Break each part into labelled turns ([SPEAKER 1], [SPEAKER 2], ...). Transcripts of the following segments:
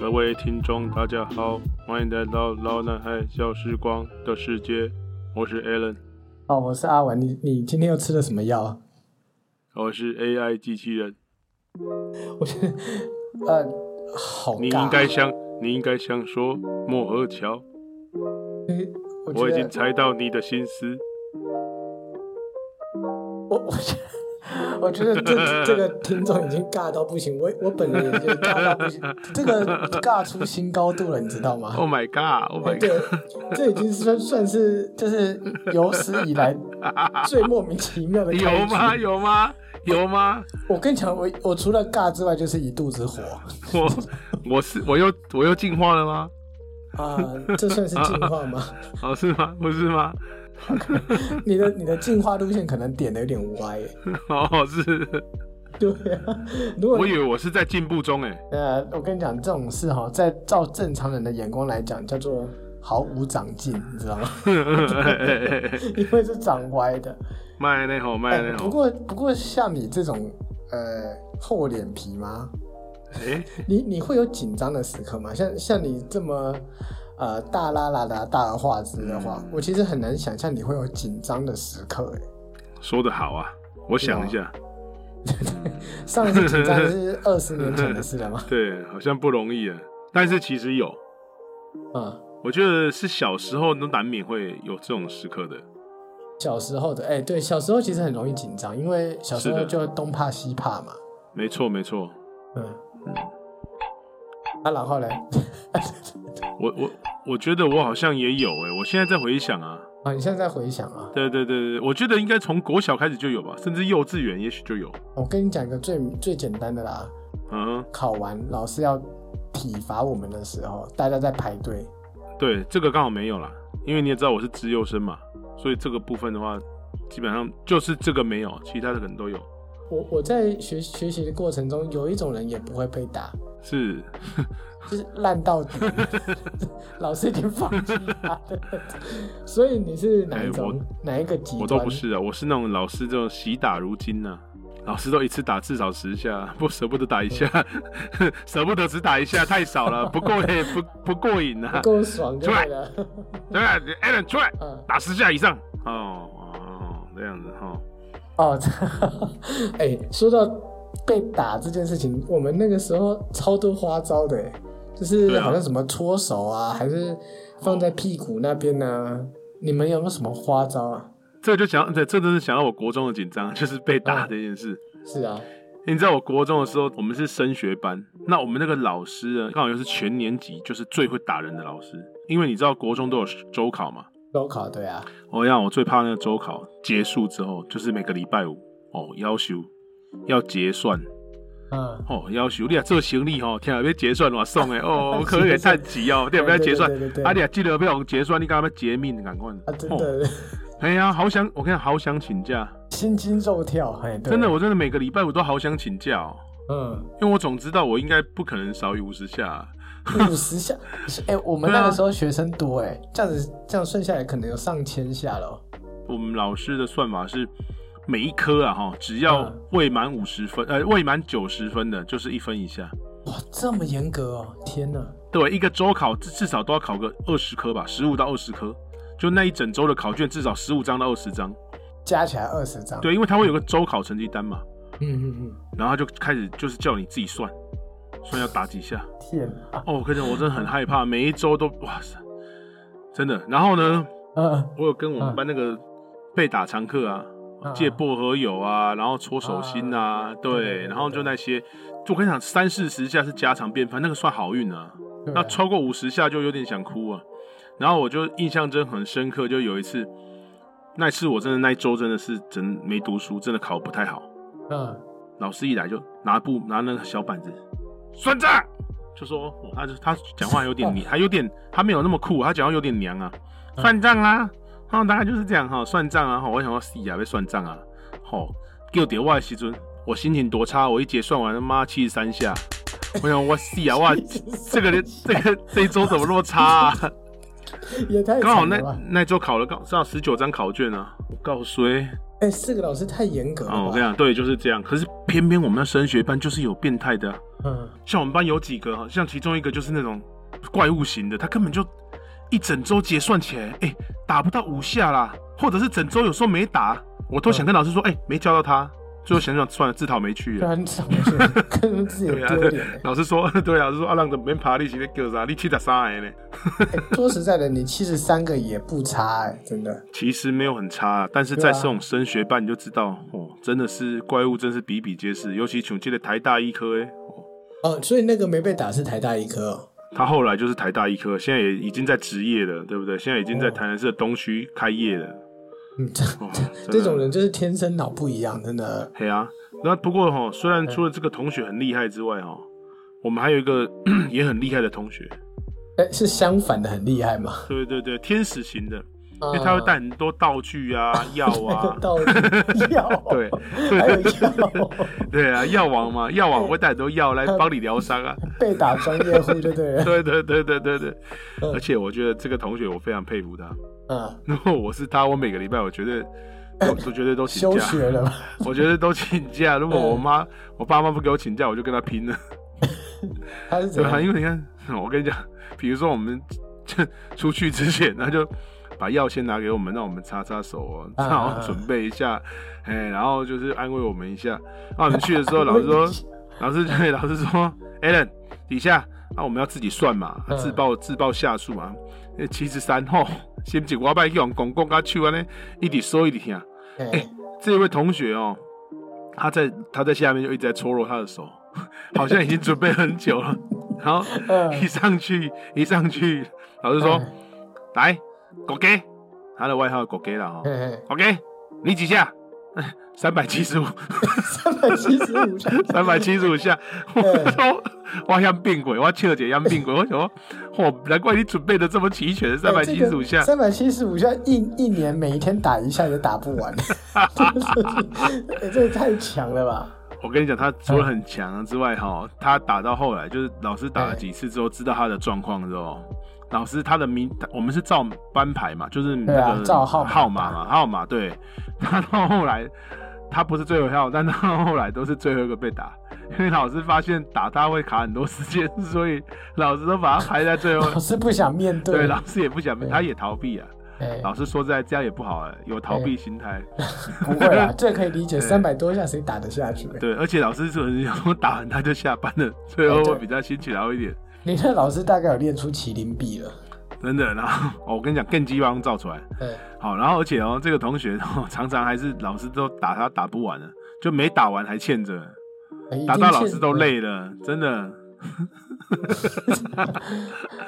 [SPEAKER 1] 各位听众，大家好，欢迎来到老男孩小时光的世界，我是 Alan，
[SPEAKER 2] 哦，我是阿文，你你今天又吃了什么药？啊
[SPEAKER 1] 我是 AI 机器人。
[SPEAKER 2] 我觉得，呃，好尬。
[SPEAKER 1] 你应该想，你应该想说莫尔桥，
[SPEAKER 2] 诶，我觉
[SPEAKER 1] 我已经
[SPEAKER 2] 得，
[SPEAKER 1] 猜到你的心思。
[SPEAKER 2] 我我觉得，我觉得 这这个听众已经尬到不行，我我本人也觉得尬到不行，这个尬出新高度了，你知道吗？
[SPEAKER 1] Oh my god！Oh
[SPEAKER 2] 哎
[SPEAKER 1] my
[SPEAKER 2] 对
[SPEAKER 1] god！，
[SPEAKER 2] 这已经算算是就是有史以来最莫名其妙的
[SPEAKER 1] 有
[SPEAKER 2] 开
[SPEAKER 1] 吗？
[SPEAKER 2] 局。
[SPEAKER 1] 有吗？有吗？
[SPEAKER 2] 我跟你讲，我我除了尬之外，就是一肚子火
[SPEAKER 1] 我我是我又我又进化了吗？
[SPEAKER 2] 啊、这算是进化吗？
[SPEAKER 1] 哦，是吗？不是吗？
[SPEAKER 2] 你的你的进化路线可能点的有点歪、
[SPEAKER 1] 哦，是，
[SPEAKER 2] 对啊，如果
[SPEAKER 1] 我以为我是在进步 中诶。欸
[SPEAKER 2] 呃，我跟你讲，这种事哈，在照正常人的眼光来讲，叫做毫无长进，你知道 吗？因为是长歪的。
[SPEAKER 1] 卖那吼，卖
[SPEAKER 2] 哎
[SPEAKER 1] 那
[SPEAKER 2] 不
[SPEAKER 1] 吼，
[SPEAKER 2] 过不过，像你这种呃厚脸皮吗？哎
[SPEAKER 1] 诶，
[SPEAKER 2] 你你会有紧张的时刻吗？像像你这么呃大啦啦啦大而化之的话，
[SPEAKER 1] 嗯
[SPEAKER 2] 我其实很难想象你会有紧张的时刻。哎，
[SPEAKER 1] 说的好啊，我想一下，
[SPEAKER 2] 上一次紧张是二十年前的事 了吗？
[SPEAKER 1] 对，好像不容易啊，但是其实有，
[SPEAKER 2] 嗯，
[SPEAKER 1] 我觉得是小时候都难免会有这种时刻的，
[SPEAKER 2] 小时候的哎，对，小时候其实很容易紧张，因为小时
[SPEAKER 1] 是
[SPEAKER 2] 候
[SPEAKER 1] 的
[SPEAKER 2] 就东怕西怕嘛。
[SPEAKER 1] 没错没错，
[SPEAKER 2] 嗯，啊，然后嘞，
[SPEAKER 1] 我我我觉得我好像也有诶，我现在在回想啊，
[SPEAKER 2] 啊，你现在在回想啊，
[SPEAKER 1] 对对对对，我觉得应该从国小开始就有吧，甚至幼稚园也许就有，
[SPEAKER 2] 我跟你讲一个最最简单的啦，
[SPEAKER 1] 嗯哼，
[SPEAKER 2] 考完老师要体罚我们的时候，大家在排队，
[SPEAKER 1] 对，这个刚好没有啦，因为你也知道我是资优生嘛，所以这个部分的话，基本上就是这个没有，其他的可能都有，
[SPEAKER 2] 我我在学学习的过程中，有一种人也不会被打，
[SPEAKER 1] 是。
[SPEAKER 2] 就是烂到 底，老师已经放弃他的那种所以你是哪一种、
[SPEAKER 1] 哎
[SPEAKER 2] 哪一个极端？
[SPEAKER 1] 我都不是啊，我是那种老师这种惜打如金呐、老师都一次打至少十下，不舍不得打一下， 舍不得只打一下太少了，不过也不不过瘾啊
[SPEAKER 2] 不。够爽就对了。
[SPEAKER 1] 对啊，Allen 出来
[SPEAKER 2] 嗯，
[SPEAKER 1] 打十下以上哦哦这样子哦，
[SPEAKER 2] 哦，这哎、说到被打这件事情，我们那个时候超多花招的、哎就是
[SPEAKER 1] 对啊
[SPEAKER 2] 好像什么搓手啊，还是放在屁股那边呢、啊你们有没有什么花招啊？
[SPEAKER 1] 这就想对，这真是想到我国中的紧张，就是被打
[SPEAKER 2] 嗯
[SPEAKER 1] 这件事。
[SPEAKER 2] 是啊，
[SPEAKER 1] 你知道我国中的时候，我们是升学班，那我们那个老师呢，刚好又是全年级就是最会打人的老师，因为你知道国中都有周考嘛，
[SPEAKER 2] 高考对啊，
[SPEAKER 1] 我哦让我最怕那个周考结束之后，就是每个礼拜五哦，要求要结算
[SPEAKER 2] 嗯，
[SPEAKER 1] 哦，要求你啊做行李哦，天啊，要结算我送诶 哦，可以趁钱哦，对不要结算
[SPEAKER 2] 对对对对对，
[SPEAKER 1] 啊你啊记得不要结算，你干嘛结命赶快
[SPEAKER 2] 啊，真
[SPEAKER 1] 哦，
[SPEAKER 2] 的、
[SPEAKER 1] 哎呀，好想我跟你讲，好想请假，
[SPEAKER 2] 心惊肉跳，哎、对
[SPEAKER 1] 真的，，我真的每个礼拜五都好想请假哦，
[SPEAKER 2] 嗯，
[SPEAKER 1] 因为我总知道我应该不可能少于五十下啊、
[SPEAKER 2] 五十下，哎、我们
[SPEAKER 1] 对啊
[SPEAKER 2] 那个时候学生多、哎、这样子这样算下来可能有上千下了，
[SPEAKER 1] 我们老师的算法是每一科啊哈，只要
[SPEAKER 2] 嗯
[SPEAKER 1] 未满五十分，呃，未满九十分的，就是一分以下。
[SPEAKER 2] 哇，这么严格哦，天哪，
[SPEAKER 1] 对，一个周考至至少都要考个二十科吧，十五到二十科，就那一整周的考卷至少十五张到二十张。
[SPEAKER 2] 加起来二十张，，
[SPEAKER 1] 对，因为它会有个周考成绩单嘛，
[SPEAKER 2] 嗯嗯嗯，
[SPEAKER 1] 然后他就开始就是叫你自己算，算要打几下。
[SPEAKER 2] 天哪，
[SPEAKER 1] 哦，我跟你讲，我真的很害怕，每一周都哇塞，真的。然后呢，
[SPEAKER 2] 嗯，
[SPEAKER 1] 我有跟我们班那个被打常客啊。
[SPEAKER 2] 嗯
[SPEAKER 1] 借薄荷油啊，然后搓手心啊，
[SPEAKER 2] 对对
[SPEAKER 1] 对，
[SPEAKER 2] 对
[SPEAKER 1] 然后就
[SPEAKER 2] 对
[SPEAKER 1] 那些，我跟你讲，三四十下是家常便饭，那个算好运啊。
[SPEAKER 2] 对
[SPEAKER 1] 那
[SPEAKER 2] 啊
[SPEAKER 1] 超过五十下就有点想哭啊。然后我就印象真很深刻，就有一次，那一次我真的那一周真的是真没读书，真的考不太好。
[SPEAKER 2] 嗯，
[SPEAKER 1] 老师一来就拿布拿那个小板子，算账，就说哦他就他讲话有点娘，还有点他没有那么酷，他讲话有点娘啊，
[SPEAKER 2] 嗯
[SPEAKER 1] 算账啦，然后大概就是这样哈，算账啊，吼我想要死啊，被算账啊，吼，给我点外西尊，我心情多差，我一结算完他妈七十三下，我想我死啊，哇，这个这个这一周怎么那么差 啊？
[SPEAKER 2] 也太
[SPEAKER 1] 刚好
[SPEAKER 2] 惨
[SPEAKER 1] 那
[SPEAKER 2] 了吧。
[SPEAKER 1] 啊那一周考了刚至少十九张考卷啊，我告诉谁，
[SPEAKER 2] 哎、四个老师太严格了吧？
[SPEAKER 1] 哦，我跟你讲，对，就是这样。可是偏偏我们的升学班就是有变态的啊、
[SPEAKER 2] 嗯，
[SPEAKER 1] 像我们班有几个，像其中一个就是那种怪物型的，他根本就一整周结算起来，哎、打不到五下啦，或者是整周有时候没打，我都想跟老师说，哎、没教到他，最后想想算了，自讨没趣
[SPEAKER 2] 对
[SPEAKER 1] 了。
[SPEAKER 2] 啊，你怎么去跟自己
[SPEAKER 1] 对啊，
[SPEAKER 2] 丢脸欸、
[SPEAKER 1] 老师说，对啊，老师说啊，让怎边爬，你起来叫啥？你七十三个呢？
[SPEAKER 2] 欸说实在的，你七十三个也不差哎、真的。
[SPEAKER 1] 其实没有很差、啊，但是在这种升学班你就知道，哦，真的是怪物，真是比比皆是。尤其像这个台大医科，哎，哦
[SPEAKER 2] 哦，所以那个没被打是台大医科、哦。
[SPEAKER 1] 他后来就是台大医科，现在也已经在职业了，对不对？现在已经在
[SPEAKER 2] 哦
[SPEAKER 1] 台南市的东区开业了。
[SPEAKER 2] 嗯，这
[SPEAKER 1] 哦，
[SPEAKER 2] 这种
[SPEAKER 1] 人，
[SPEAKER 2] 人就是天生脑不一样，真的。
[SPEAKER 1] 嘿啊。那不过哈、虽然除了这个同学很厉害之外哈、我们还有一个 也很厉害的同学，
[SPEAKER 2] 哎、是相反的很厉害啊嘛？
[SPEAKER 1] 对对对，天使型的，因
[SPEAKER 2] 因，
[SPEAKER 1] 为他会带很多道具啊、药啊
[SPEAKER 2] 道具药，
[SPEAKER 1] 对，
[SPEAKER 2] 还有药，
[SPEAKER 1] 对啊，药王嘛，药王会带很多药来帮你疗伤啊。
[SPEAKER 2] 被打专业户就对了。
[SPEAKER 1] 对对对对对对，
[SPEAKER 2] 嗯
[SPEAKER 1] 而且我觉得这个同学我非常佩服他。
[SPEAKER 2] 嗯，
[SPEAKER 1] 如果我是他，我每个礼拜我绝对都都绝对都请
[SPEAKER 2] 休
[SPEAKER 1] 假，
[SPEAKER 2] 学了吧？
[SPEAKER 1] 我觉得都请假。如果
[SPEAKER 2] 嗯
[SPEAKER 1] 我妈我爸妈不给我请假，我就跟他拼了，
[SPEAKER 2] 他是怎
[SPEAKER 1] 啊对吧？
[SPEAKER 2] 样？
[SPEAKER 1] 因为你看，我跟你讲，比如说我们 出去之前，他就。把药先拿给我们，让我们擦擦手哦，
[SPEAKER 2] 啊
[SPEAKER 1] 然后准备一下，哎、然后就是安慰我们一下。然后我们去的 时候，老师说，老师 对老师说，Allen 底下，那、我们要自己算嘛，
[SPEAKER 2] 嗯
[SPEAKER 1] 自报自报下数嘛，七十三吼，先一我摆去用公公家手安尼，一直说一直听。啊
[SPEAKER 2] 哎，
[SPEAKER 1] 这位同学哦，他在他在下面就一直在搓揉他的手， 好像已经准备很久了。 然后
[SPEAKER 2] 嗯
[SPEAKER 1] 一上去一上去，老师说
[SPEAKER 2] 嗯，
[SPEAKER 1] 来狗给，他的外号狗给了哈、哦，
[SPEAKER 2] 嘿嘿
[SPEAKER 1] 狗给你几下？ 三百七 十五，
[SPEAKER 2] 三百七十五下，
[SPEAKER 1] 三百七十五下，
[SPEAKER 2] 嗯
[SPEAKER 1] 我说我像病鬼，我笑姐像病鬼，我想说，哦，难怪你准备的这么齐
[SPEAKER 2] 哎
[SPEAKER 1] 全，三百七十五下，
[SPEAKER 2] 三百七十五下一一年每一天打一下也打不 完，哎这个太强了吧？
[SPEAKER 1] 我跟你讲，他除了很强之外，
[SPEAKER 2] 嗯
[SPEAKER 1] 哈，他打到后来就是老师打了几次之后，知道他的状况之后，老师他的名，我们是照班牌嘛，就是那
[SPEAKER 2] 对啊
[SPEAKER 1] 个
[SPEAKER 2] 照号码
[SPEAKER 1] 号码嘛，号码对。他到后来，他不是最后一号，但到后来都是最后一个被打，因为老师发现打他会卡很多时间，所以老师都把他排在最后
[SPEAKER 2] 老。师不想面
[SPEAKER 1] 对，
[SPEAKER 2] 对，
[SPEAKER 1] 老师也不想，他也逃避啊。
[SPEAKER 2] 哎，
[SPEAKER 1] 老师说实在，这样也不好啊，有逃避心态。
[SPEAKER 2] 不会 啦，这可以理解，
[SPEAKER 1] 对
[SPEAKER 2] 三百多下谁打得下去？
[SPEAKER 1] 对，而且老师是很想打完他就下班了，最后
[SPEAKER 2] 哎对
[SPEAKER 1] 会比较心情好一点。
[SPEAKER 2] 你那老师大概有练出麒麟臂了。
[SPEAKER 1] 真的，然后、哦、我跟你讲，更鸡巴照出来。
[SPEAKER 2] 哎，
[SPEAKER 1] 好，然后而且哦，这个同学哦，常常还是老师都打他打不完了，就没打完还欠着，
[SPEAKER 2] 哎
[SPEAKER 1] 打到老师都。
[SPEAKER 2] 一定
[SPEAKER 1] 累了，真的。
[SPEAKER 2] 欠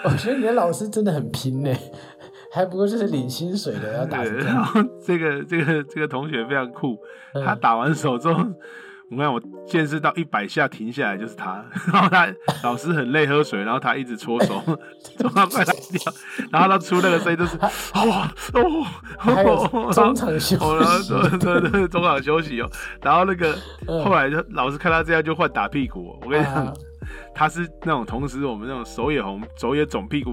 [SPEAKER 2] 我觉得你的老师真的很拼呢，还不过就是领薪水的要打成
[SPEAKER 1] 对，
[SPEAKER 2] 这
[SPEAKER 1] 然
[SPEAKER 2] 样。
[SPEAKER 1] 后这个这个这个同学非常酷，
[SPEAKER 2] 嗯
[SPEAKER 1] 他打完手之后，我看我见识到一百下停下来就是他， 然后他老师很累喝水，然后他一直搓 手， 搓到快他掉，然后他出那个声音就是哦哦
[SPEAKER 2] 还
[SPEAKER 1] 哦
[SPEAKER 2] 有，中场休
[SPEAKER 1] 哦，然后
[SPEAKER 2] 息，
[SPEAKER 1] 对对对，中场休息哦，然后那个
[SPEAKER 2] 嗯
[SPEAKER 1] 后来就老师看他这样就换打屁股哦，我跟你讲
[SPEAKER 2] 啊，
[SPEAKER 1] 他是那种同时我们那种手也红，手也肿，屁股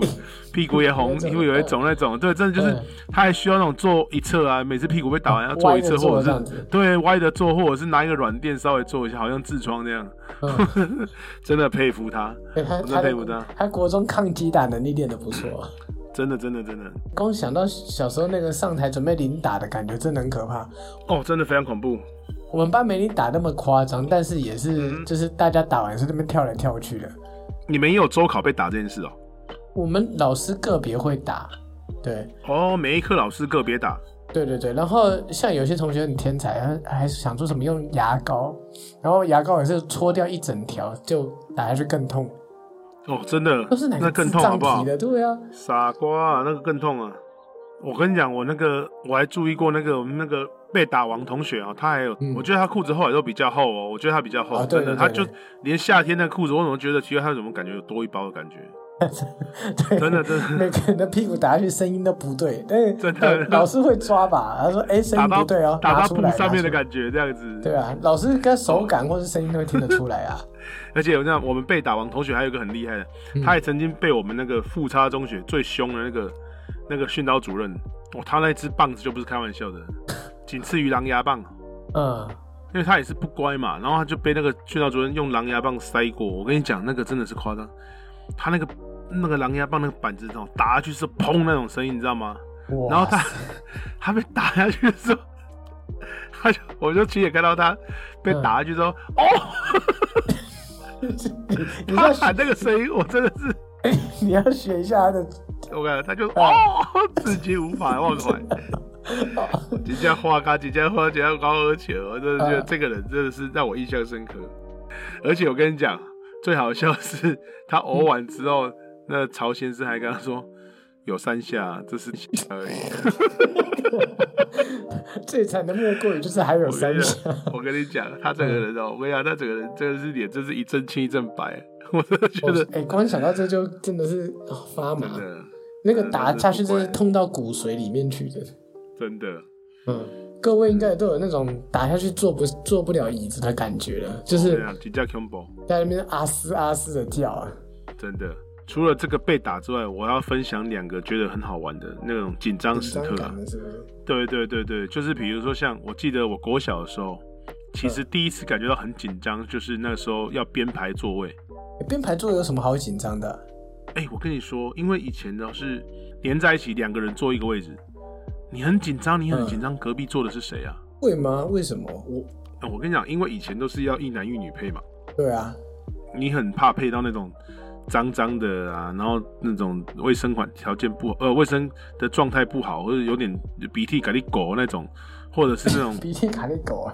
[SPEAKER 1] 屁股也 红，
[SPEAKER 2] 那种
[SPEAKER 1] 屁股也会肿那种，对，真的就是
[SPEAKER 2] 嗯
[SPEAKER 1] 他还需要那种坐一侧啊，每次屁股被打完要坐一侧，
[SPEAKER 2] 歪着坐
[SPEAKER 1] 或
[SPEAKER 2] 这
[SPEAKER 1] 者
[SPEAKER 2] 样
[SPEAKER 1] 是
[SPEAKER 2] 子
[SPEAKER 1] 对歪着坐，或者是拿一个软垫稍微坐一下，好像痔疮那样，
[SPEAKER 2] 嗯，
[SPEAKER 1] 真的佩服他，
[SPEAKER 2] 对哎他
[SPEAKER 1] 我真
[SPEAKER 2] 他
[SPEAKER 1] 的佩服他
[SPEAKER 2] 的，他国中抗击打能力练得不错。
[SPEAKER 1] 真的真的真的，
[SPEAKER 2] 光想到小时候那个上台准备领打的感觉，真的很可怕。
[SPEAKER 1] 哦，真的非常恐怖，
[SPEAKER 2] 我们班没你打那么夸张，但是也
[SPEAKER 1] 嗯
[SPEAKER 2] 是就是大家打完是那边跳来跳去的。
[SPEAKER 1] 你们也有周考被打这件事哦，
[SPEAKER 2] 我们老师个别会打，对
[SPEAKER 1] 哦，每一科老师个别打，
[SPEAKER 2] 对对对。然后像有些同学很天才，他还是想出什么用牙膏，然后牙膏也是搓掉一整条，就打下去更痛。
[SPEAKER 1] 哦，真的
[SPEAKER 2] 都是哪，
[SPEAKER 1] 那
[SPEAKER 2] 个
[SPEAKER 1] 更
[SPEAKER 2] 智
[SPEAKER 1] 痛好
[SPEAKER 2] 障
[SPEAKER 1] 不好
[SPEAKER 2] 体？的？对啊，
[SPEAKER 1] 傻瓜、啊，那个更痛啊！我跟你讲，我那个我还注意过那个我们那个被打王同学啊、他还有，
[SPEAKER 2] 嗯
[SPEAKER 1] 我觉得他裤子后来都比较厚哦，我觉得他比较厚，
[SPEAKER 2] 啊对
[SPEAKER 1] 真的，
[SPEAKER 2] 对对
[SPEAKER 1] 他就
[SPEAKER 2] 对
[SPEAKER 1] 连夏天的裤子，我怎么觉得奇怪，他怎么感觉有多一包的 感觉？
[SPEAKER 2] 对，
[SPEAKER 1] 真的真的
[SPEAKER 2] 每个人的屁股打下去声音都不对，但是
[SPEAKER 1] 真的
[SPEAKER 2] 老老师会抓吧？他说：“哎，声
[SPEAKER 1] 打
[SPEAKER 2] 音
[SPEAKER 1] 到
[SPEAKER 2] 不 对哦，
[SPEAKER 1] 打
[SPEAKER 2] 拿
[SPEAKER 1] 到
[SPEAKER 2] 出
[SPEAKER 1] 布
[SPEAKER 2] 来。”
[SPEAKER 1] 上面的
[SPEAKER 2] 觉。
[SPEAKER 1] 感觉这样子，
[SPEAKER 2] 对啊，老师跟手感或是声音都会听得出来 啊。
[SPEAKER 1] 而且我那我们被打王同学还有一个很厉害的，
[SPEAKER 2] 嗯
[SPEAKER 1] 他也曾经被我们那个富差中学最凶的那个那个训导主任，哦，他那支棒子就不是开玩笑的，仅次于狼牙棒，
[SPEAKER 2] 嗯，
[SPEAKER 1] 因为他也是不乖嘛，然后他就被那个训导主任用狼牙棒塞过。我跟你讲，那个真的是夸张，他那个那个狼牙棒那个板子那种打下去是砰那种声音，你知道吗？
[SPEAKER 2] 哇
[SPEAKER 1] 然后他
[SPEAKER 2] 塞
[SPEAKER 1] 他被打下去的时候，他就我就亲眼看到他被
[SPEAKER 2] 嗯
[SPEAKER 1] 打下去之后，哦，
[SPEAKER 2] 你 你
[SPEAKER 1] 他
[SPEAKER 2] 要
[SPEAKER 1] 喊
[SPEAKER 2] 学
[SPEAKER 1] 那个声音，我真的是。
[SPEAKER 2] 你要学一下他的，
[SPEAKER 1] 我感觉他就哦， 自己无法忘 怀。几家花咖，几家花，几家高喝酒，我真的觉得
[SPEAKER 2] 嗯
[SPEAKER 1] 这个人真的是让我印象深刻。而且我跟你讲，最好笑的是
[SPEAKER 2] 嗯
[SPEAKER 1] 他偶完之后，那曹先生还跟他说有三下，啊这是而已。
[SPEAKER 2] 最惨的莫过于就是还有
[SPEAKER 1] 我跟
[SPEAKER 2] 三
[SPEAKER 1] 你
[SPEAKER 2] 下，
[SPEAKER 1] 讲，我跟你讲，他这个人哦，我跟你讲，他整个人真的是脸，真是一阵青一阵白，我真的觉
[SPEAKER 2] 我
[SPEAKER 1] 得
[SPEAKER 2] 哎、光想到这就真的是、哦发麻，
[SPEAKER 1] 真的
[SPEAKER 2] 那个
[SPEAKER 1] 真的
[SPEAKER 2] 打
[SPEAKER 1] 是
[SPEAKER 2] 下
[SPEAKER 1] 不
[SPEAKER 2] 去真是
[SPEAKER 1] 乖
[SPEAKER 2] 痛到骨髓里面去的。
[SPEAKER 1] 真的
[SPEAKER 2] 嗯，各位应该都有那种打下去坐不坐不了椅子的感觉了，就
[SPEAKER 1] 对
[SPEAKER 2] 是
[SPEAKER 1] 啊，几家 combo。
[SPEAKER 2] 在那边啊嘶啊嘶的叫啊。
[SPEAKER 1] 真的。除了这个被打之外，我要分享两个觉得很好玩的那种紧张
[SPEAKER 2] 紧
[SPEAKER 1] 时
[SPEAKER 2] 张
[SPEAKER 1] 刻、
[SPEAKER 2] 感
[SPEAKER 1] 啊。
[SPEAKER 2] 的是不是？
[SPEAKER 1] 对对对对，就是比如说像我记得我国小的时候，其实第一次感觉到很紧张，就是那时候要编排座位。
[SPEAKER 2] 欸编排座有什么好紧张的啊？
[SPEAKER 1] 哎、我跟你说，因为以前呢是连在一起两个人坐一个位置，你很紧张，你很紧
[SPEAKER 2] 嗯
[SPEAKER 1] 张，隔壁坐的是谁啊？
[SPEAKER 2] 会吗？为什么？我
[SPEAKER 1] 哎我跟你讲，因为以前都是要一男一女配嘛，
[SPEAKER 2] 对啊，
[SPEAKER 1] 你很怕配到那种脏脏的啊，然后那种卫生环条件不好，呃，卫生的状态不好，或者有点鼻涕咖喱狗那种，或者是那 种，
[SPEAKER 2] 鼻涕卡那狗啊，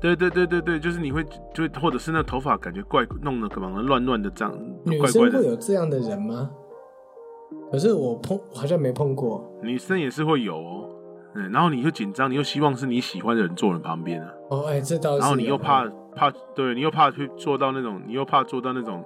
[SPEAKER 1] 对对对对对，就是你会就或者是那头发感觉怪弄得可能乱乱的这样，
[SPEAKER 2] 女
[SPEAKER 1] 怪怪
[SPEAKER 2] 生会
[SPEAKER 1] 的，
[SPEAKER 2] 有这样的人吗？可是我碰好像没碰过。
[SPEAKER 1] 女生也是会有哦。嗯，然后你就紧张，你又希望是你喜欢的人坐你旁边啊，
[SPEAKER 2] 哦，哎、这倒是。
[SPEAKER 1] 然后你又怕，怕，对你又怕去做到那种，你又怕做到那种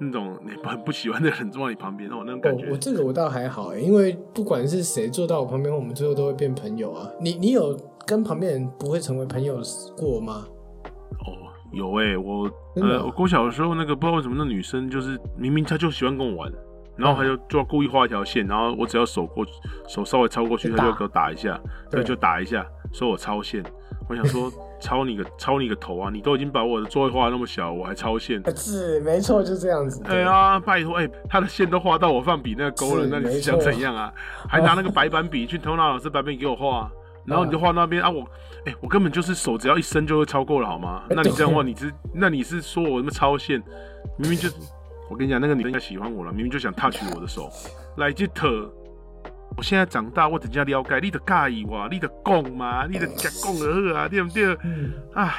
[SPEAKER 1] 那种你很不喜欢的人坐在你旁边，那种那种感
[SPEAKER 2] 哦
[SPEAKER 1] 觉，。
[SPEAKER 2] 我这个我倒还好、欸，因为不管是谁坐到我旁边，我们最后都会变朋友啊。你你有跟旁边人不会成为朋友过吗？
[SPEAKER 1] 哦，有哎、我
[SPEAKER 2] 真的
[SPEAKER 1] 呃，
[SPEAKER 2] 啊
[SPEAKER 1] 我国小的时候那个不知道为什么那女生就是明明她就喜欢跟我玩，然后她就就要故意画一条线，然后我只要手过手稍微超过去，
[SPEAKER 2] 就
[SPEAKER 1] 她就
[SPEAKER 2] 打
[SPEAKER 1] 给我打一下，
[SPEAKER 2] 对
[SPEAKER 1] 对，就打一下，说我超线。我想 说超你个超你个头啊！你都已经把我的座位画得那么小，我还超线。
[SPEAKER 2] 呃是，没错，就这样子。
[SPEAKER 1] 哎呀，拜托，哎，她的线都画到我放笔那个勾了，
[SPEAKER 2] 是
[SPEAKER 1] 那你
[SPEAKER 2] 没
[SPEAKER 1] 是想
[SPEAKER 2] 错
[SPEAKER 1] 怎样 啊？还拿那个白板笔去头脑老师白板给我画，啊然后你就画那边啊，我哎、我根本就是手只要一伸就会超过了好 吗？
[SPEAKER 2] 哎
[SPEAKER 1] 那你这样的话，你是那你是说我什么超线？明明就我跟你讲，那个女生应该喜欢我了，明明就想 touch 我的手，来去特。我现在长大，我等下了解你的介意我，你的讲嘛，你的讲讲而好啊，对不对？
[SPEAKER 2] 嗯，
[SPEAKER 1] 唉，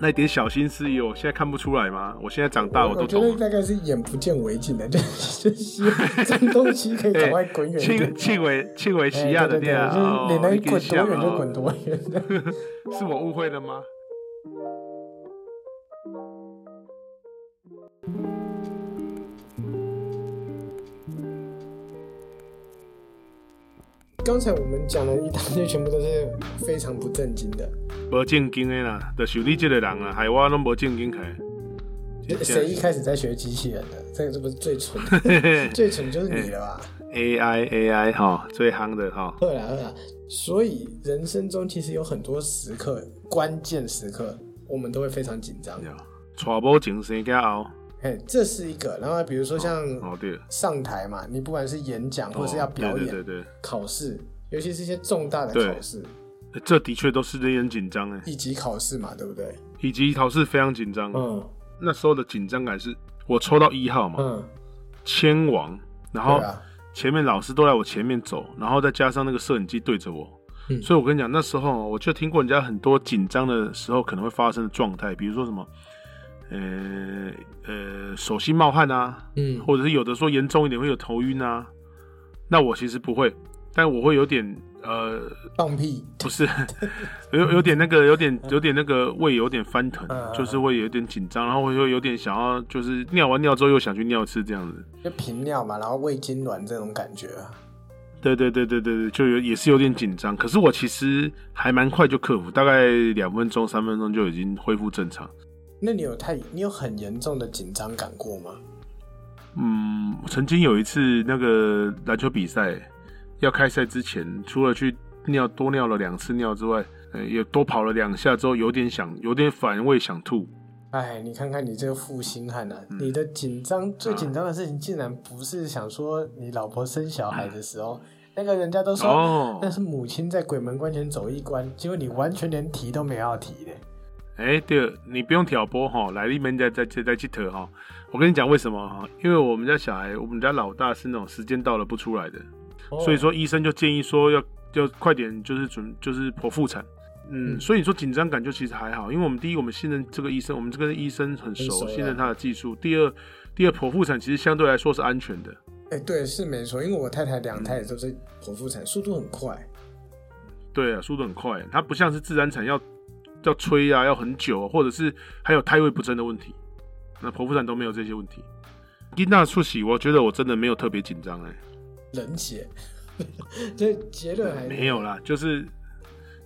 [SPEAKER 1] 那一点小心思意，我现在看不出来吗？我现在长大，
[SPEAKER 2] 我
[SPEAKER 1] 都
[SPEAKER 2] 觉
[SPEAKER 1] 懂了
[SPEAKER 2] 得。大概是眼不见为净的，就是就是脏东西可以赶快滚远一
[SPEAKER 1] 庆
[SPEAKER 2] 点。
[SPEAKER 1] 庆伟庆伟西
[SPEAKER 2] 哎
[SPEAKER 1] 亚的
[SPEAKER 2] 对对
[SPEAKER 1] 店啊，哦
[SPEAKER 2] 对就是你能
[SPEAKER 1] 给
[SPEAKER 2] 滚
[SPEAKER 1] 下
[SPEAKER 2] 多远
[SPEAKER 1] 嘛
[SPEAKER 2] 就滚多远。
[SPEAKER 1] 是我误会了吗？
[SPEAKER 2] 刚才我们讲了一大堆，全部都是非常不正经的。
[SPEAKER 1] 无正经的啦，就是你这个人啊，害我拢无正经起来。
[SPEAKER 2] 谁一开始在学机器人的？这个这不是最蠢， 最蠢就是你了吧？
[SPEAKER 1] AI AI 哈，最夯的哈，
[SPEAKER 2] 饿了饿了。所以人生中其实有很多时刻，关键时刻，我们都会非常紧张。
[SPEAKER 1] 娶某情生家后，
[SPEAKER 2] 哎，这是一个。然后比如说像
[SPEAKER 1] 哦对了，
[SPEAKER 2] 上台嘛，你不管是演讲嗯或是要表
[SPEAKER 1] 哦对对
[SPEAKER 2] 演、
[SPEAKER 1] 对对
[SPEAKER 2] 考试，尤其是一些重大的
[SPEAKER 1] 对
[SPEAKER 2] 考试
[SPEAKER 1] 对，欸这的确都是令人紧张哎，
[SPEAKER 2] 以及考试嘛，对不对？
[SPEAKER 1] 以及考试非常紧张。
[SPEAKER 2] 嗯
[SPEAKER 1] 那时候的紧张感是，我抽到一号嘛，
[SPEAKER 2] 嗯，
[SPEAKER 1] 签王，然后
[SPEAKER 2] 对啊，
[SPEAKER 1] 前面老师都在我前面走，然后再加上那个摄影机对着我，
[SPEAKER 2] 嗯
[SPEAKER 1] 所以我跟你讲，那时候哦我就听过人家很多紧张的时候可能会发生的状态，比如说什么，呃呃，手心冒汗啊，
[SPEAKER 2] 嗯
[SPEAKER 1] 或者是有的说严重一点会有头晕啊。那我其实不会，但我会有点呃，
[SPEAKER 2] 放屁，
[SPEAKER 1] 不是，有有点那个，有
[SPEAKER 2] 嗯
[SPEAKER 1] 点有点那个胃有点翻腾，就是会有点紧张，然后会有点想要就是尿完尿之后又想去尿一次这样子。
[SPEAKER 2] 就频尿嘛，然后胃痉挛这种感觉啊。
[SPEAKER 1] 对对对对对对，就有也是有点紧张，可是我其实还蛮快就克服，大概两分钟、三分钟就已经恢复正常。
[SPEAKER 2] 那你有太你有很严重的紧张感过吗？
[SPEAKER 1] 嗯，曾经有一次那个篮球比赛要开赛之前，除了去尿多尿了两次尿之外，呃，也多跑了两下之后，有点想，有点反胃，想吐。
[SPEAKER 2] 哎，你看看你这个负心汉啊！
[SPEAKER 1] 嗯
[SPEAKER 2] 你的紧张最紧张的事情，竟然不是想说你老婆生小孩的时候，那个人家都说
[SPEAKER 1] 嗯哦
[SPEAKER 2] 那，是母亲在鬼门关前走一关，结果你完全连提都没有要提的。
[SPEAKER 1] 哎，对，你不用挑拨哈，来你们家在在在去扯哈。我跟你讲为什么哈，因为我们家小孩，我们家老大是那种时间到了不出来的，
[SPEAKER 2] 哦
[SPEAKER 1] 所以说医生就建议说要要快点，就是准就是剖腹产。嗯，
[SPEAKER 2] 嗯
[SPEAKER 1] 所以你说紧张感就其实还好，因为我们第一我们信任这个医生，我们这个医生很
[SPEAKER 2] 很熟
[SPEAKER 1] 熟，
[SPEAKER 2] 啊
[SPEAKER 1] 信任他的技术。第二，第二剖腹产其实相对来说是安全的，
[SPEAKER 2] 哎、对，是没错，因为我太太
[SPEAKER 1] 嗯
[SPEAKER 2] 两胎也都是剖腹产，速度很快。
[SPEAKER 1] 对啊，速度很快，它不像是自然产要要吹啊，要很久啊，或者是还有胎位不正的问题。那剖腹产都没有这些问题。一娜出席，我觉得我真的没有特别紧张哎，
[SPEAKER 2] 冷血， 这结论还
[SPEAKER 1] 没有啦，就是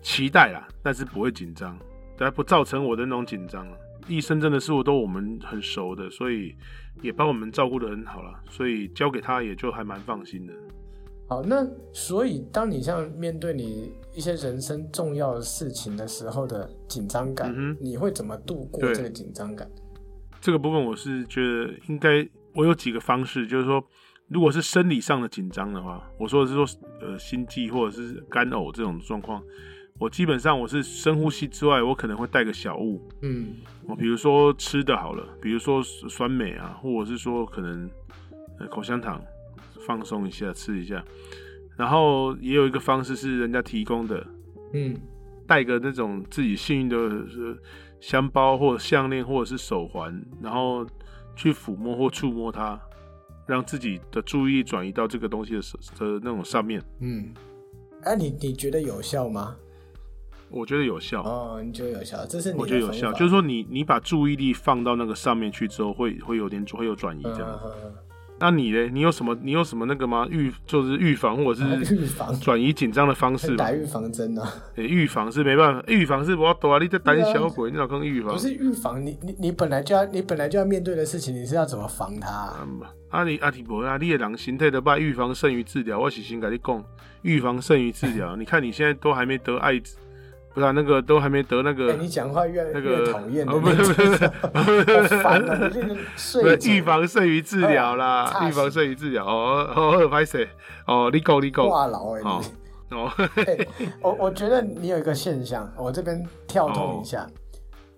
[SPEAKER 1] 期待啦，但是不会紧张，但不造成我的那种紧张啊。医生真的是我都我们很熟的，所以也帮我们照顾的很好啦，所以交给他也就还蛮放心的。
[SPEAKER 2] 好。那所以，当你像面对你一些人生重要的事情的时候的紧张感，
[SPEAKER 1] 嗯哼
[SPEAKER 2] 你会怎么度过
[SPEAKER 1] 对
[SPEAKER 2] 这个紧张感？
[SPEAKER 1] 这个部分我是觉得应该我有几个方式，就是说，如果是生理上的紧张的话，我说的是说呃心悸或者是干呕这种状况，我基本上我是深呼吸之外，我可能会带个小物，
[SPEAKER 2] 嗯，
[SPEAKER 1] 我哦比如说吃的好了，比如说酸梅啊，或者是说可能呃口香糖放松一下吃一下，然后也有一个方式是人家提供的，
[SPEAKER 2] 嗯，
[SPEAKER 1] 带个那种自己幸运的呃香包或项链或者是手环，然后去抚摸或触摸它，让自己的注意力转移到这个东西的手的那种上面，
[SPEAKER 2] 嗯，哎、你你觉得有效吗？
[SPEAKER 1] 我觉得有效。
[SPEAKER 2] 哦，你觉得有效，这是你的
[SPEAKER 1] 我觉得有
[SPEAKER 2] 方
[SPEAKER 1] 效，
[SPEAKER 2] 法
[SPEAKER 1] 就是说你你把注意力放到那个上面去之后，会会有点会有转移这样。
[SPEAKER 2] 嗯嗯
[SPEAKER 1] 那你嘞？你有什么你有什么那个吗？预啊就是预防或者
[SPEAKER 2] 嗯
[SPEAKER 1] 是
[SPEAKER 2] 预防
[SPEAKER 1] 转移紧张的方式吧
[SPEAKER 2] 打？预防针啊，
[SPEAKER 1] 诶预防是没办法，预防是我多啊！你在胆小鬼，你老坑预防
[SPEAKER 2] 不。是预防，你你你本来就要你本来就要面对的事情，你是要怎么防它、啊？
[SPEAKER 1] 嗯啊你啊你无啊，你的人心态的吧，预防胜于治疗。我是先跟你讲，预防胜于治 疗。你看你现在都还没得艾滋，不是、啊、那个都还没得那
[SPEAKER 2] 哎、
[SPEAKER 1] 个
[SPEAKER 2] 你讲话越、
[SPEAKER 1] 那
[SPEAKER 2] 越
[SPEAKER 1] 个
[SPEAKER 2] 讨厌的
[SPEAKER 1] 哦，不是不是不是
[SPEAKER 2] 好烦啊！你这个
[SPEAKER 1] 不
[SPEAKER 2] 睡
[SPEAKER 1] 是
[SPEAKER 2] 着
[SPEAKER 1] 预防胜于治疗
[SPEAKER 2] 哎差
[SPEAKER 1] 啦，
[SPEAKER 2] 死
[SPEAKER 1] 预防胜于治疗。哦哦，哦，拍谁？哦，你讲你讲。
[SPEAKER 2] 话痨哎、
[SPEAKER 1] 好
[SPEAKER 2] 你
[SPEAKER 1] 哦，
[SPEAKER 2] 哎，我我觉得你有一个现象，我这边跳动一下，
[SPEAKER 1] 哦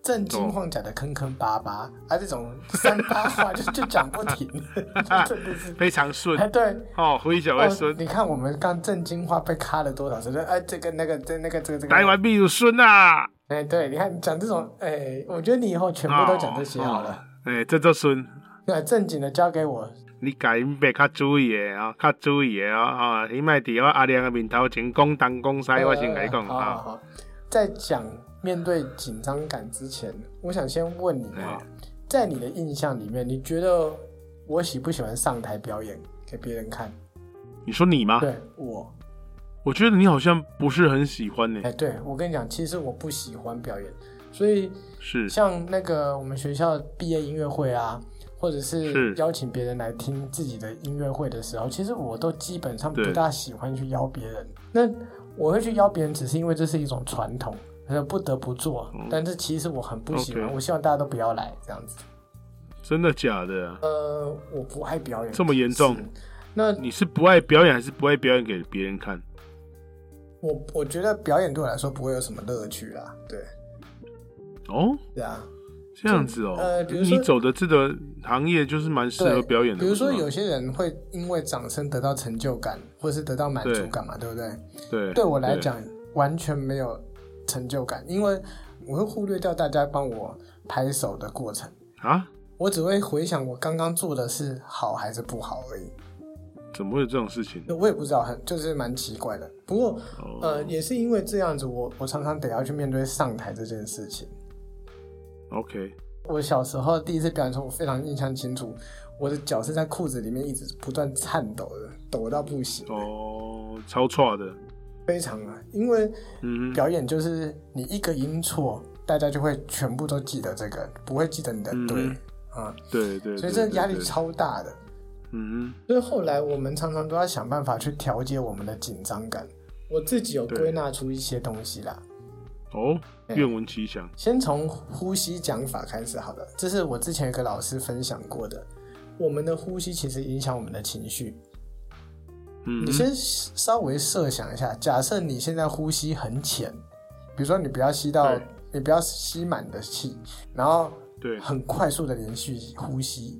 [SPEAKER 2] 正经晃假的坑坑巴巴，啊，这种三八话就就讲不停， 就真的是
[SPEAKER 1] 非常顺
[SPEAKER 2] 哎对。
[SPEAKER 1] 哦，回小
[SPEAKER 2] 哦
[SPEAKER 1] 会顺，。
[SPEAKER 2] 你看我们刚正经话被卡了多少次？哎，这个那个这那个这个这个。
[SPEAKER 1] 台湾必有孙啊！
[SPEAKER 2] 哎，对，你看你讲这种，哎，我觉得你以后全部都讲这些好了。
[SPEAKER 1] 哎、这就孙，
[SPEAKER 2] 那、正经的交给我，
[SPEAKER 1] 你家应该较注意的啊，较注意的啊！哦，你莫伫我阿亮的面头前讲东讲西，我先甲你讲
[SPEAKER 2] 呃好好
[SPEAKER 1] 啊。
[SPEAKER 2] 好，在讲面对紧张感之前，我想先问你啊，在你的印象里面，你觉得我喜不喜欢上台表演给别人看？
[SPEAKER 1] 你说你吗？
[SPEAKER 2] 对我，
[SPEAKER 1] 我觉得你好像不是很喜欢呢、
[SPEAKER 2] 哎，对我跟你讲，其实我不喜欢表演，所以
[SPEAKER 1] 是
[SPEAKER 2] 像那个我们学校毕业音乐会啊，或者是
[SPEAKER 1] 是
[SPEAKER 2] 邀请别人来听自己的音乐会的时候，其实我都基本上
[SPEAKER 1] 对
[SPEAKER 2] 不大喜欢去邀别人。那我会去邀别人，只是因为这是一种传统，呃，不得不做。但是其实我很不喜欢
[SPEAKER 1] 哦 OK
[SPEAKER 2] 我希望大家都不要来这样子。
[SPEAKER 1] 真的假的、啊？
[SPEAKER 2] 呃，我不爱表演，
[SPEAKER 1] 这么严重
[SPEAKER 2] 是？那
[SPEAKER 1] 你是不爱表演，还是不爱表演给别人看？
[SPEAKER 2] 我我觉得表演对我来说不会有什么乐趣啦，对，
[SPEAKER 1] 哦，
[SPEAKER 2] 对啊。
[SPEAKER 1] 这样子哦，
[SPEAKER 2] 呃比如说
[SPEAKER 1] 你走的这个行业就是蛮适合
[SPEAKER 2] 对，
[SPEAKER 1] 表演的，
[SPEAKER 2] 比如说
[SPEAKER 1] 是吗
[SPEAKER 2] 有些人会因为掌声得到成就感，或是得到满足感嘛，对不对？
[SPEAKER 1] 对
[SPEAKER 2] 对我来，讲完全没有成就感，因为我会忽略掉大家帮我拍手的过程，
[SPEAKER 1] 啊，
[SPEAKER 2] 我只会回想我刚刚做的是好还是不好而已。
[SPEAKER 1] 怎么会有这种事情？
[SPEAKER 2] 那我也不知道，很就是蛮奇怪的。不过，
[SPEAKER 1] 哦
[SPEAKER 2] 呃，也是因为这样子，我我常常得要去面对上台这件事情。
[SPEAKER 1] OK，
[SPEAKER 2] 我小时候第一次表演的时候，我非常印象清楚，我的脚是在裤子里面一直不断颤抖的，抖到不行。
[SPEAKER 1] 哦，超差的，
[SPEAKER 2] 非常啊，因为
[SPEAKER 1] 嗯
[SPEAKER 2] 表演就是你一个音错，大家就会全部都记得这个，不会记得你的对
[SPEAKER 1] 嗯
[SPEAKER 2] 啊、
[SPEAKER 1] 哼，对对对，
[SPEAKER 2] 所以这
[SPEAKER 1] 对
[SPEAKER 2] 压力
[SPEAKER 1] 对
[SPEAKER 2] 超大的。
[SPEAKER 1] 嗯
[SPEAKER 2] 所以后来我们常常都要想办法去调节我们的紧张感。我自己有
[SPEAKER 1] 对
[SPEAKER 2] 归纳出一些东西啦。
[SPEAKER 1] 哦，
[SPEAKER 2] 哎
[SPEAKER 1] 愿闻其详。
[SPEAKER 2] 先从呼吸讲法开始好了，这是我之前有个老师分享过的。我们的呼吸其实影响我们的情绪。
[SPEAKER 1] 嗯
[SPEAKER 2] 你先稍微设想一下，假设你现在呼吸很浅，比如说你不要吸到
[SPEAKER 1] 对，
[SPEAKER 2] 你不要吸满的气，然后
[SPEAKER 1] 对
[SPEAKER 2] 很快速的连续呼吸，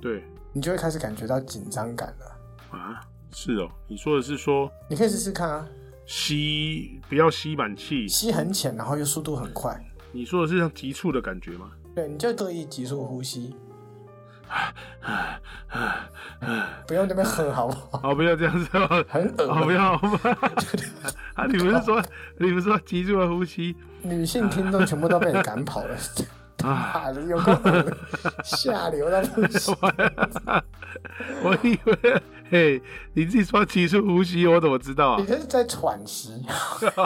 [SPEAKER 1] 对
[SPEAKER 2] 你就会开始感觉到紧张感了。
[SPEAKER 1] 啊，是哦，你说的是说
[SPEAKER 2] 你可以试试看啊，
[SPEAKER 1] 吸不要吸满气，
[SPEAKER 2] 吸很浅，然后又速度很快，
[SPEAKER 1] 你说的是像急促的感觉吗？
[SPEAKER 2] 对，你就刻意急速呼吸，不用那边哼好不好？
[SPEAKER 1] 哦，不要这样子哦，
[SPEAKER 2] 很 恶
[SPEAKER 1] 哦，不要啊！你不是说你不是说急促的呼吸
[SPEAKER 2] 女性听众全部都被你赶跑了，
[SPEAKER 1] 啊？
[SPEAKER 2] 妈的，有够 恶的下流到不行。
[SPEAKER 1] 我以为嘿，你自己说急促呼吸，我怎么知道啊
[SPEAKER 2] 你？这是在喘息，啊，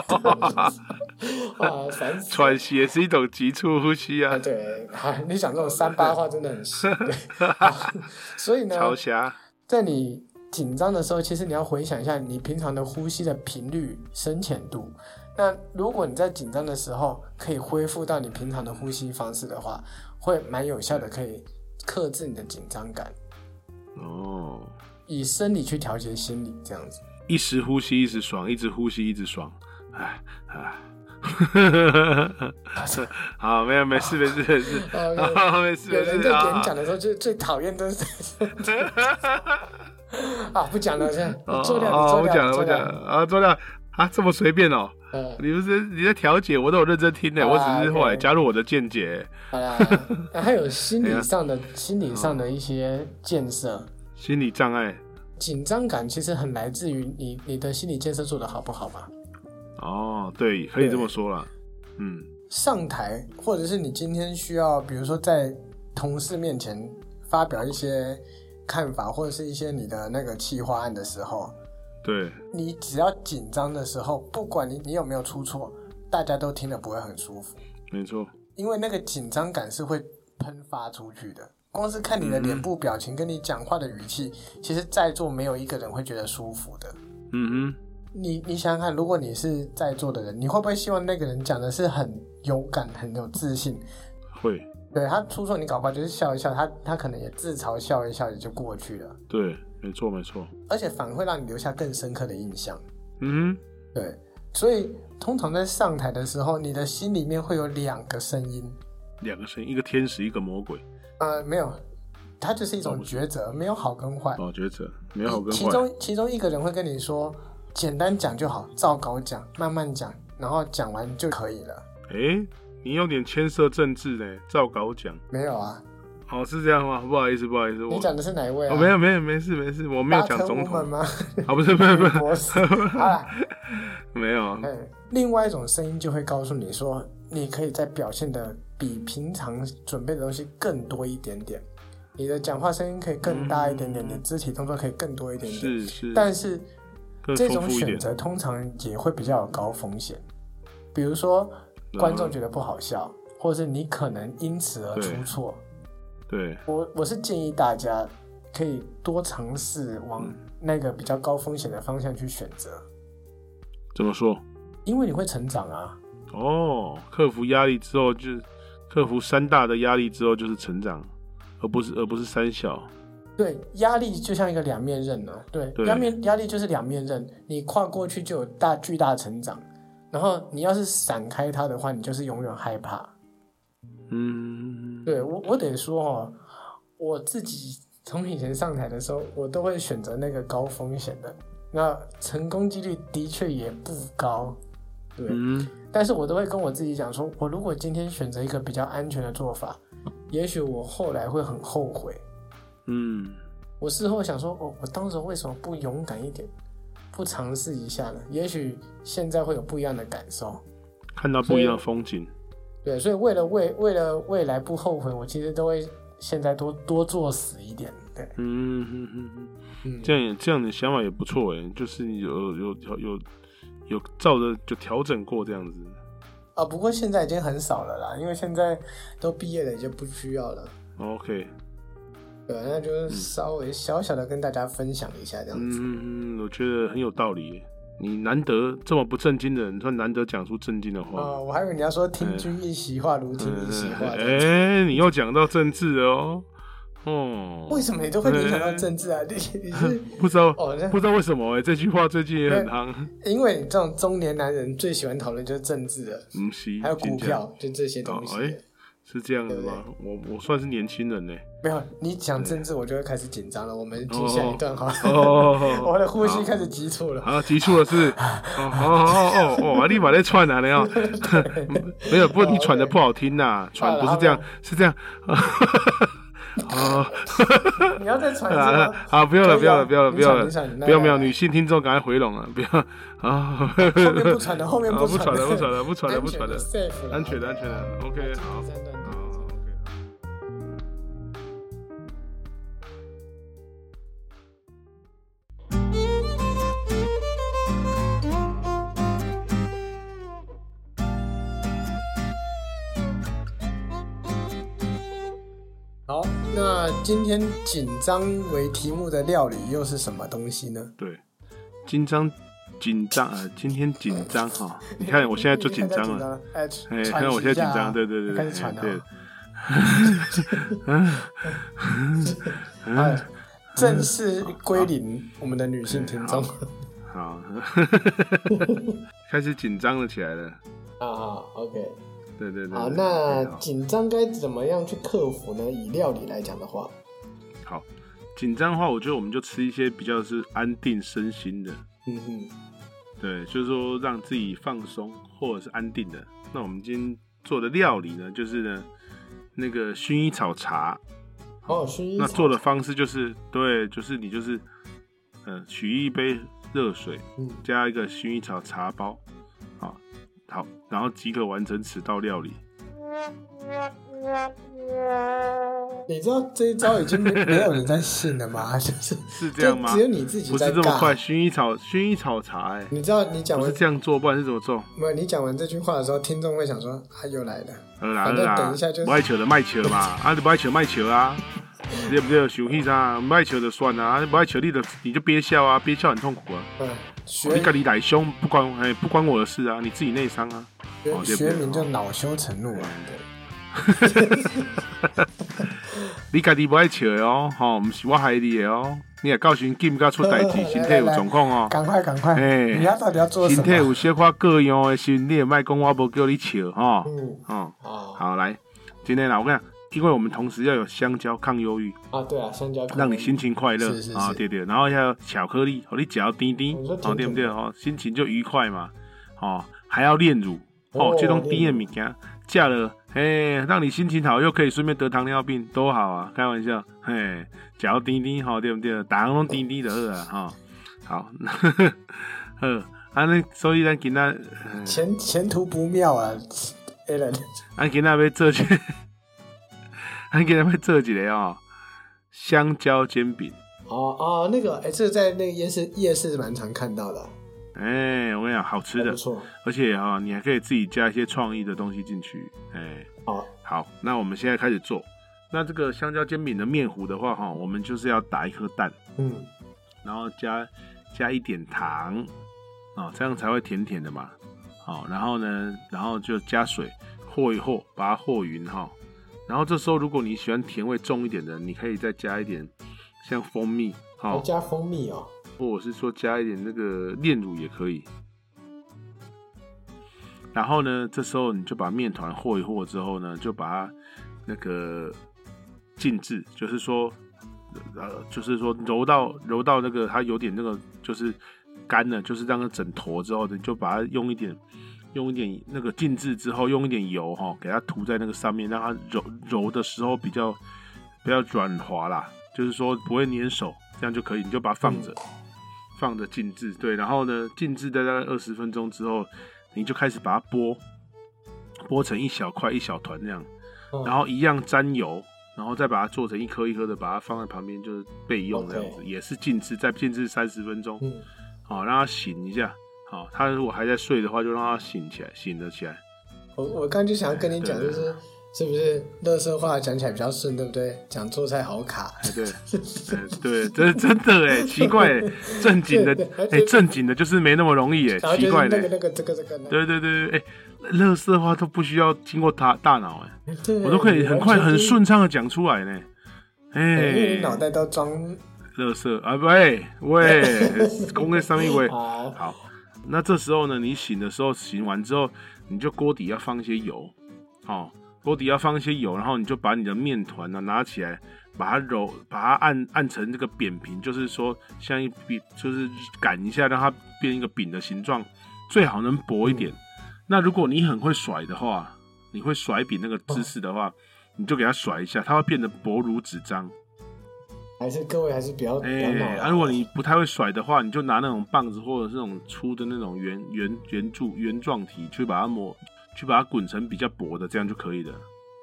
[SPEAKER 2] 烦死！
[SPEAKER 1] 喘息也是一种急促呼吸啊
[SPEAKER 2] 啊，，对，啊，你讲这种三八话真的很细。对啊所以呢，
[SPEAKER 1] 朝霞。
[SPEAKER 2] 在你紧张的时候，其实你要回想一下你平常的呼吸的频率、深浅度。那如果你在紧张的时候可以恢复到你平常的呼吸方式的话，会蛮有效的，可以克制你的紧张感，
[SPEAKER 1] 哦，
[SPEAKER 2] 以生理去调节心理，这样子。
[SPEAKER 1] 一时呼吸一时爽，一直呼吸一直爽，哎哎。 好，没有，没事，没事，没事，
[SPEAKER 2] 哦
[SPEAKER 1] 好，没事，
[SPEAKER 2] 有
[SPEAKER 1] 没
[SPEAKER 2] 人
[SPEAKER 1] 事
[SPEAKER 2] 在
[SPEAKER 1] 啊
[SPEAKER 2] 演。讲的时候就最讨厌的 是啊，不讲了，现在
[SPEAKER 1] 哦
[SPEAKER 2] 你做掉，你
[SPEAKER 1] 哦，
[SPEAKER 2] 做
[SPEAKER 1] 我
[SPEAKER 2] 掉，
[SPEAKER 1] 讲
[SPEAKER 2] 你
[SPEAKER 1] 了，
[SPEAKER 2] 做
[SPEAKER 1] 我
[SPEAKER 2] 掉
[SPEAKER 1] 讲了啊，做掉啊，这么随便哦。
[SPEAKER 2] 嗯，
[SPEAKER 1] 你不是你在调解，我都有认真听的，
[SPEAKER 2] 好
[SPEAKER 1] 我
[SPEAKER 2] 啦
[SPEAKER 1] 只是后来
[SPEAKER 2] 啊 OK
[SPEAKER 1] 加入我的见解。
[SPEAKER 2] 好啦，那还有 心
[SPEAKER 1] 哎
[SPEAKER 2] 理上的心理上
[SPEAKER 1] 哦
[SPEAKER 2] 的一些建设，
[SPEAKER 1] 心理障碍
[SPEAKER 2] 紧张感其实很来自于你你的心理建设做得好不好嘛。
[SPEAKER 1] 哦，对，可以这么说啦。嗯，
[SPEAKER 2] 上台，或者是你今天需要，比如说在同事面前发表一些看法，或者是一些你的那个企划案的时候，
[SPEAKER 1] 对，
[SPEAKER 2] 你只要紧张的时候，不管你你有没有出错，大家都听得不会很舒服，
[SPEAKER 1] 没错，
[SPEAKER 2] 因为那个紧张感是会喷发出去的。光是看你的脸部表情跟你讲话的语气，其实在座没有一个人会觉得舒服的。
[SPEAKER 1] 嗯
[SPEAKER 2] 你你想想看，如果你是在座的人，你会不会希望那个人讲的是很有感、很有自信？
[SPEAKER 1] 哼，会，
[SPEAKER 2] 对他出错，你搞不好就是笑一笑，他他可能也自嘲笑一笑，也就过去了，
[SPEAKER 1] 对，没错，没错，
[SPEAKER 2] 而且反而会让你留下更深刻的印象。
[SPEAKER 1] 嗯
[SPEAKER 2] 对，所以通常在上台的时候，你的心里面会有两个声音，
[SPEAKER 1] 哼，两个声音，一个天使，一个魔鬼。
[SPEAKER 2] 呃，没有，它就是一种抉择，没有好跟坏。
[SPEAKER 1] 哦，觉得没有好跟
[SPEAKER 2] 其
[SPEAKER 1] 坏，
[SPEAKER 2] 中其中一个人会跟你说，简单讲就好，照稿讲，慢慢讲，然后讲完就可以了。
[SPEAKER 1] 哎，你有点牵涉政治呢，照稿讲。
[SPEAKER 2] 没有啊，
[SPEAKER 1] 哦，是这样吗？不好意思，不好意思，我
[SPEAKER 2] 你讲的是哪一位啊？
[SPEAKER 1] 哦，没有，没有，没事，没事，我没有
[SPEAKER 2] 巴
[SPEAKER 1] 讲
[SPEAKER 2] 特
[SPEAKER 1] 总
[SPEAKER 2] 乌
[SPEAKER 1] 统
[SPEAKER 2] 们 吗？
[SPEAKER 1] 啊，不是，不是，不
[SPEAKER 2] 女
[SPEAKER 1] 是，
[SPEAKER 2] 博士。好啦，
[SPEAKER 1] 没有啊，
[SPEAKER 2] 嗯，另外一种声音就会告诉你说，你可以再表现的比平常准备的东西更多一点点，你的讲话声音可以更大一点点，你的肢体动作可以更多一点点。
[SPEAKER 1] 嗯是是，
[SPEAKER 2] 但是
[SPEAKER 1] 更
[SPEAKER 2] 这
[SPEAKER 1] 丰
[SPEAKER 2] 种
[SPEAKER 1] 富一
[SPEAKER 2] 选
[SPEAKER 1] 点。
[SPEAKER 2] 择通常也会比较有高风险，比如说观众
[SPEAKER 1] 嗯
[SPEAKER 2] 觉得不好笑，或者是你可能因此而出
[SPEAKER 1] 对
[SPEAKER 2] 错。
[SPEAKER 1] 对，
[SPEAKER 2] 我我是建议大家可以多尝试往
[SPEAKER 1] 嗯
[SPEAKER 2] 那个比较高风险的方向去选择，
[SPEAKER 1] 怎么说？
[SPEAKER 2] 因为你会成长啊。
[SPEAKER 1] 哦，克服压力之后就是克服三大的压力之后就是成长，而不是而不是三小。
[SPEAKER 2] 对，压力就像一个两面刃呢、啊对，
[SPEAKER 1] 对
[SPEAKER 2] 压面压力就是两面刃，你跨过去就有大巨大成长，然后你要是闪开它的话，你就是永远害怕。
[SPEAKER 1] 嗯，
[SPEAKER 2] 对我，我得说哦，我自己从以前上台的时候，我都会选择那个高风险的，那成功几率的确也不高。对，
[SPEAKER 1] 嗯，
[SPEAKER 2] 但是我都会跟我自己讲说，我如果今天选择一个比较安全的做法，也许我后来会很后悔。
[SPEAKER 1] 嗯，
[SPEAKER 2] 我事后想说，哦，我当时为什么不勇敢一点，不尝试一下呢？也许现在会有不一样的感受。
[SPEAKER 1] 看到不一样的风景。
[SPEAKER 2] 对，所以为了未为了未来不后悔，我其实都会现在多多作死一点。对，
[SPEAKER 1] 嗯嗯嗯
[SPEAKER 2] 嗯
[SPEAKER 1] 嗯，这样也这样的想法也不错哎，就是你有有有有有照着就调整过这样子。
[SPEAKER 2] 啊，不过现在已经很少了啦，因为现在都毕业了，也就不需要了。
[SPEAKER 1] OK，
[SPEAKER 2] 对，那就是稍微小小的跟大家分享一下这样子。
[SPEAKER 1] 嗯嗯，我觉得很有道理耶。你难得这么不正经的人，算难得讲出正经的话。
[SPEAKER 2] 哦，我还以为你要说听君一席话，如听一席话
[SPEAKER 1] 哎、
[SPEAKER 2] 这样子。
[SPEAKER 1] 你又讲到政治了哦，哦，
[SPEAKER 2] 为什么你都会联想到政治啊？你你是
[SPEAKER 1] 不知道
[SPEAKER 2] 哦，
[SPEAKER 1] 不知道为什么哎、这句话最近也很夯。
[SPEAKER 2] 那因为你这种中年男人最喜欢讨论就是政治了，
[SPEAKER 1] 嗯，是，
[SPEAKER 2] 还有股
[SPEAKER 1] 真假
[SPEAKER 2] 票，就这些东西
[SPEAKER 1] 哦。哎是这样的吗？我我算是年轻人呢。欸
[SPEAKER 2] 没有，你讲政治我就会开始紧张了。我们进下一段好了，
[SPEAKER 1] 哦，
[SPEAKER 2] 我的呼吸开始急促了。
[SPEAKER 1] 啊，急促的 是，哦哦哦哦，哇，立马在喘啊，你哦，没有，不，你喘的不好听呐，喘不是这样，是这样， 啊
[SPEAKER 2] 你要再喘一次
[SPEAKER 1] 啊
[SPEAKER 2] 吗？
[SPEAKER 1] 啊，不要了，不要了，不要了，不要了，不要不要，
[SPEAKER 2] 你
[SPEAKER 1] 女性听众赶快回笼了，不要 啊，
[SPEAKER 2] 后面不喘了，后面
[SPEAKER 1] 啊，不喘
[SPEAKER 2] 喘
[SPEAKER 1] 了，
[SPEAKER 2] 了，
[SPEAKER 1] 不喘了，不喘了，不
[SPEAKER 2] 安全
[SPEAKER 1] 喘了
[SPEAKER 2] 的，，safe 了，
[SPEAKER 1] 安全的，安全的，OK，好，
[SPEAKER 2] 三段
[SPEAKER 1] 好
[SPEAKER 2] 进行
[SPEAKER 1] ，OK。
[SPEAKER 2] 好，那今天紧张为题目的料理又是什么东西呢？
[SPEAKER 1] 对，紧张，紧张啊！今天紧张哈，你看我现在就紧张了，
[SPEAKER 2] 了，哎，
[SPEAKER 1] 哎，
[SPEAKER 2] 喘
[SPEAKER 1] 看我现
[SPEAKER 2] 息
[SPEAKER 1] 在
[SPEAKER 2] 一
[SPEAKER 1] 紧
[SPEAKER 2] 下啊
[SPEAKER 1] 张，对对对，
[SPEAKER 2] 开始
[SPEAKER 1] 哎
[SPEAKER 2] 喘
[SPEAKER 1] 对
[SPEAKER 2] 了，，哦哎，正式归零我们的女性听众
[SPEAKER 1] 啊好， 开始紧张了起来了，
[SPEAKER 2] 啊好，OK，
[SPEAKER 1] 对对对，对
[SPEAKER 2] 好，啊那
[SPEAKER 1] 好
[SPEAKER 2] 紧张该怎么样去克服呢？以料理来讲的话，
[SPEAKER 1] 好紧张的话，我觉得我们就吃一些比较是安定身心的，
[SPEAKER 2] 嗯哼，
[SPEAKER 1] 对，就是说让自己放松或者是安定的。那我们今天做的料理呢，就是呢那个薰衣草茶，
[SPEAKER 2] 哦，薰衣
[SPEAKER 1] 那
[SPEAKER 2] 草
[SPEAKER 1] 做，的方式就是，对，就是你就是，呃，取一杯热水，
[SPEAKER 2] 嗯，
[SPEAKER 1] 加一个薰衣草茶包，好，好，然后即可完成此道料理。
[SPEAKER 2] 你知道这一招已经没没有人在信了吗？ 就是
[SPEAKER 1] 是这样吗
[SPEAKER 2] 就只有你自己
[SPEAKER 1] 不是
[SPEAKER 2] 在
[SPEAKER 1] 这么快，
[SPEAKER 2] 尬。
[SPEAKER 1] 薰衣草，薰衣草茶、哎，
[SPEAKER 2] 你知道你讲
[SPEAKER 1] 不是
[SPEAKER 2] 完
[SPEAKER 1] 这样做，不然是怎么做？
[SPEAKER 2] 没有？你讲完这句话的时候，听众会想说：“啊，又来了。
[SPEAKER 1] 呃啦
[SPEAKER 2] 反
[SPEAKER 1] 呃
[SPEAKER 2] 正
[SPEAKER 1] 啦
[SPEAKER 2] 等一下就是
[SPEAKER 1] 不爱球的卖球嘛，啊，你不爱球卖球啊，对不对？休息啊，不爱球就算啊，啊你不爱球你的你就憋笑啊，憋笑很痛苦啊。”
[SPEAKER 2] 嗯，学
[SPEAKER 1] 你跟你奶凶不关哎、不关我的事啊，你自己内伤啊。哦对
[SPEAKER 2] 学
[SPEAKER 1] 不对
[SPEAKER 2] 学名就恼羞成怒啊。
[SPEAKER 1] 你家己不爱笑的哦，吼、唔是我害你的哦。你也到时候紧甲出代志，身体有状况哦。
[SPEAKER 2] 赶快赶快！
[SPEAKER 1] 哎
[SPEAKER 2] 你要到底要做什
[SPEAKER 1] 身体
[SPEAKER 2] 么？
[SPEAKER 1] 有小可各样的时候，你也卖讲我无叫你笑吼。哦、
[SPEAKER 2] 嗯，
[SPEAKER 1] 哦，
[SPEAKER 2] 啊
[SPEAKER 1] 好来，今天啦，我跟你讲，因为我们同时要有香蕉抗忧郁，
[SPEAKER 2] 啊，对啊，香蕉可能
[SPEAKER 1] 让你心情快乐
[SPEAKER 2] 是是是
[SPEAKER 1] 啊、对对。然后要有巧克力，哦，你只要甜甜
[SPEAKER 2] 我说，
[SPEAKER 1] 哦，
[SPEAKER 2] 甜甜
[SPEAKER 1] 对不
[SPEAKER 2] 的
[SPEAKER 1] 对？哦，心情就愉快嘛。哦，还要炼乳，哦
[SPEAKER 2] 哦，
[SPEAKER 1] 这种甜的物件，加了，嘿，让你心情好，又可以顺便得糖尿病，多好啊！开玩笑，嘿，只要甜甜，吼、对不对？打拢甜甜就好啊，哈、好， 好，啊，那所以咱今仔，呃
[SPEAKER 2] 前前途不妙啊 a l a n
[SPEAKER 1] 咱今仔要做一个， 咱今仔要做一个哦，香蕉煎饼。
[SPEAKER 2] 哦哦，那个，哎、这个在那个夜市夜市蛮常看到的，
[SPEAKER 1] 哎、我跟你讲，好吃
[SPEAKER 2] 还
[SPEAKER 1] 的
[SPEAKER 2] 不，错。
[SPEAKER 1] 而且哈、你还可以自己加一些创意的东西进去。哎、
[SPEAKER 2] 好，
[SPEAKER 1] 好，那我们现在开始做。那这个香蕉煎饼的面糊的话，哈，我们就是要打一颗蛋，
[SPEAKER 2] 嗯，
[SPEAKER 1] 然后加加一点糖，啊、这样才会甜甜的嘛。好，然后呢，然后就加水和一和，把它和匀哈。然后这时候，如果你喜欢甜味重一点的，你可以再加一点像蜂蜜，
[SPEAKER 2] 还
[SPEAKER 1] 好、
[SPEAKER 2] 加蜂蜜哦。
[SPEAKER 1] 或者是说加一点那个炼乳也可以。然后呢，这时候你就把面团和一和之后呢，就把它那个静置，就是说，呃，就是说揉到揉到那个它有点那个就是干了，就是让它整坨之后呢，你就把它用一点用一点那个静置之后，用一点油哈、给它涂在那个上面，让它揉揉的时候比较比较软滑啦，就是说不会粘手，这样就可以，你就把它放着。放着静置，对，然后呢，静置在大概二十分钟之后，你就开始把它剥，剥成一小块一小团这样，
[SPEAKER 2] 嗯
[SPEAKER 1] 然后一样沾油，然后再把它做成一颗一颗的，把它放在旁边就是备用这样子，
[SPEAKER 2] 哦 OK
[SPEAKER 1] 也是静置，再静置三十分钟，
[SPEAKER 2] 嗯，
[SPEAKER 1] 好、让它醒一下，好、它如果还在睡的话，就让它醒起来，醒了起来，
[SPEAKER 2] 我我刚就想要跟你讲，
[SPEAKER 1] 对
[SPEAKER 2] 就是是不是？乐色话讲起来比较顺，对不对？讲做菜好卡，
[SPEAKER 1] 哎 对，哎对，这是真的哎，奇怪哎，正经的
[SPEAKER 2] 对对而且
[SPEAKER 1] 哎，正经的就是没那么容易哎，
[SPEAKER 2] 然后
[SPEAKER 1] 奇
[SPEAKER 2] 就是
[SPEAKER 1] 怪
[SPEAKER 2] 那个
[SPEAKER 1] 的，
[SPEAKER 2] 那个这个这个那个，
[SPEAKER 1] 对对对对，哎，乐色话都不需要经过大大脑哎，
[SPEAKER 2] 对，
[SPEAKER 1] 我都可以很快
[SPEAKER 2] 完全
[SPEAKER 1] 很
[SPEAKER 2] 就是，
[SPEAKER 1] 顺畅的讲出来呢，
[SPEAKER 2] 对因为
[SPEAKER 1] 哎
[SPEAKER 2] 你，脑袋都装
[SPEAKER 1] 乐色啊喂 喂，公在上面喂，
[SPEAKER 2] 哦，
[SPEAKER 1] 好，那这时候呢，你醒的时候醒完之后，你就锅底要放一些油，哦，锅底要放一些油，然后你就把你的面团呢、啊拿起来，把它揉，把它按按成这个扁平，就是说像一饼，就是擀一下，让它变一个饼的形状，最好能薄一点。那如果你很会甩的话，你会甩饼那个姿势的话，你就给它甩一下，它会变得薄如纸张。
[SPEAKER 2] 还是各位还是比较比较
[SPEAKER 1] 哎、
[SPEAKER 2] 脑
[SPEAKER 1] 啊，
[SPEAKER 2] 了。
[SPEAKER 1] 如果你不太会甩的话，你就拿那种棒子或者是那种粗的那种圆圆圆柱圆状体去把它磨，去把它滚成比较薄的，这样就可以了。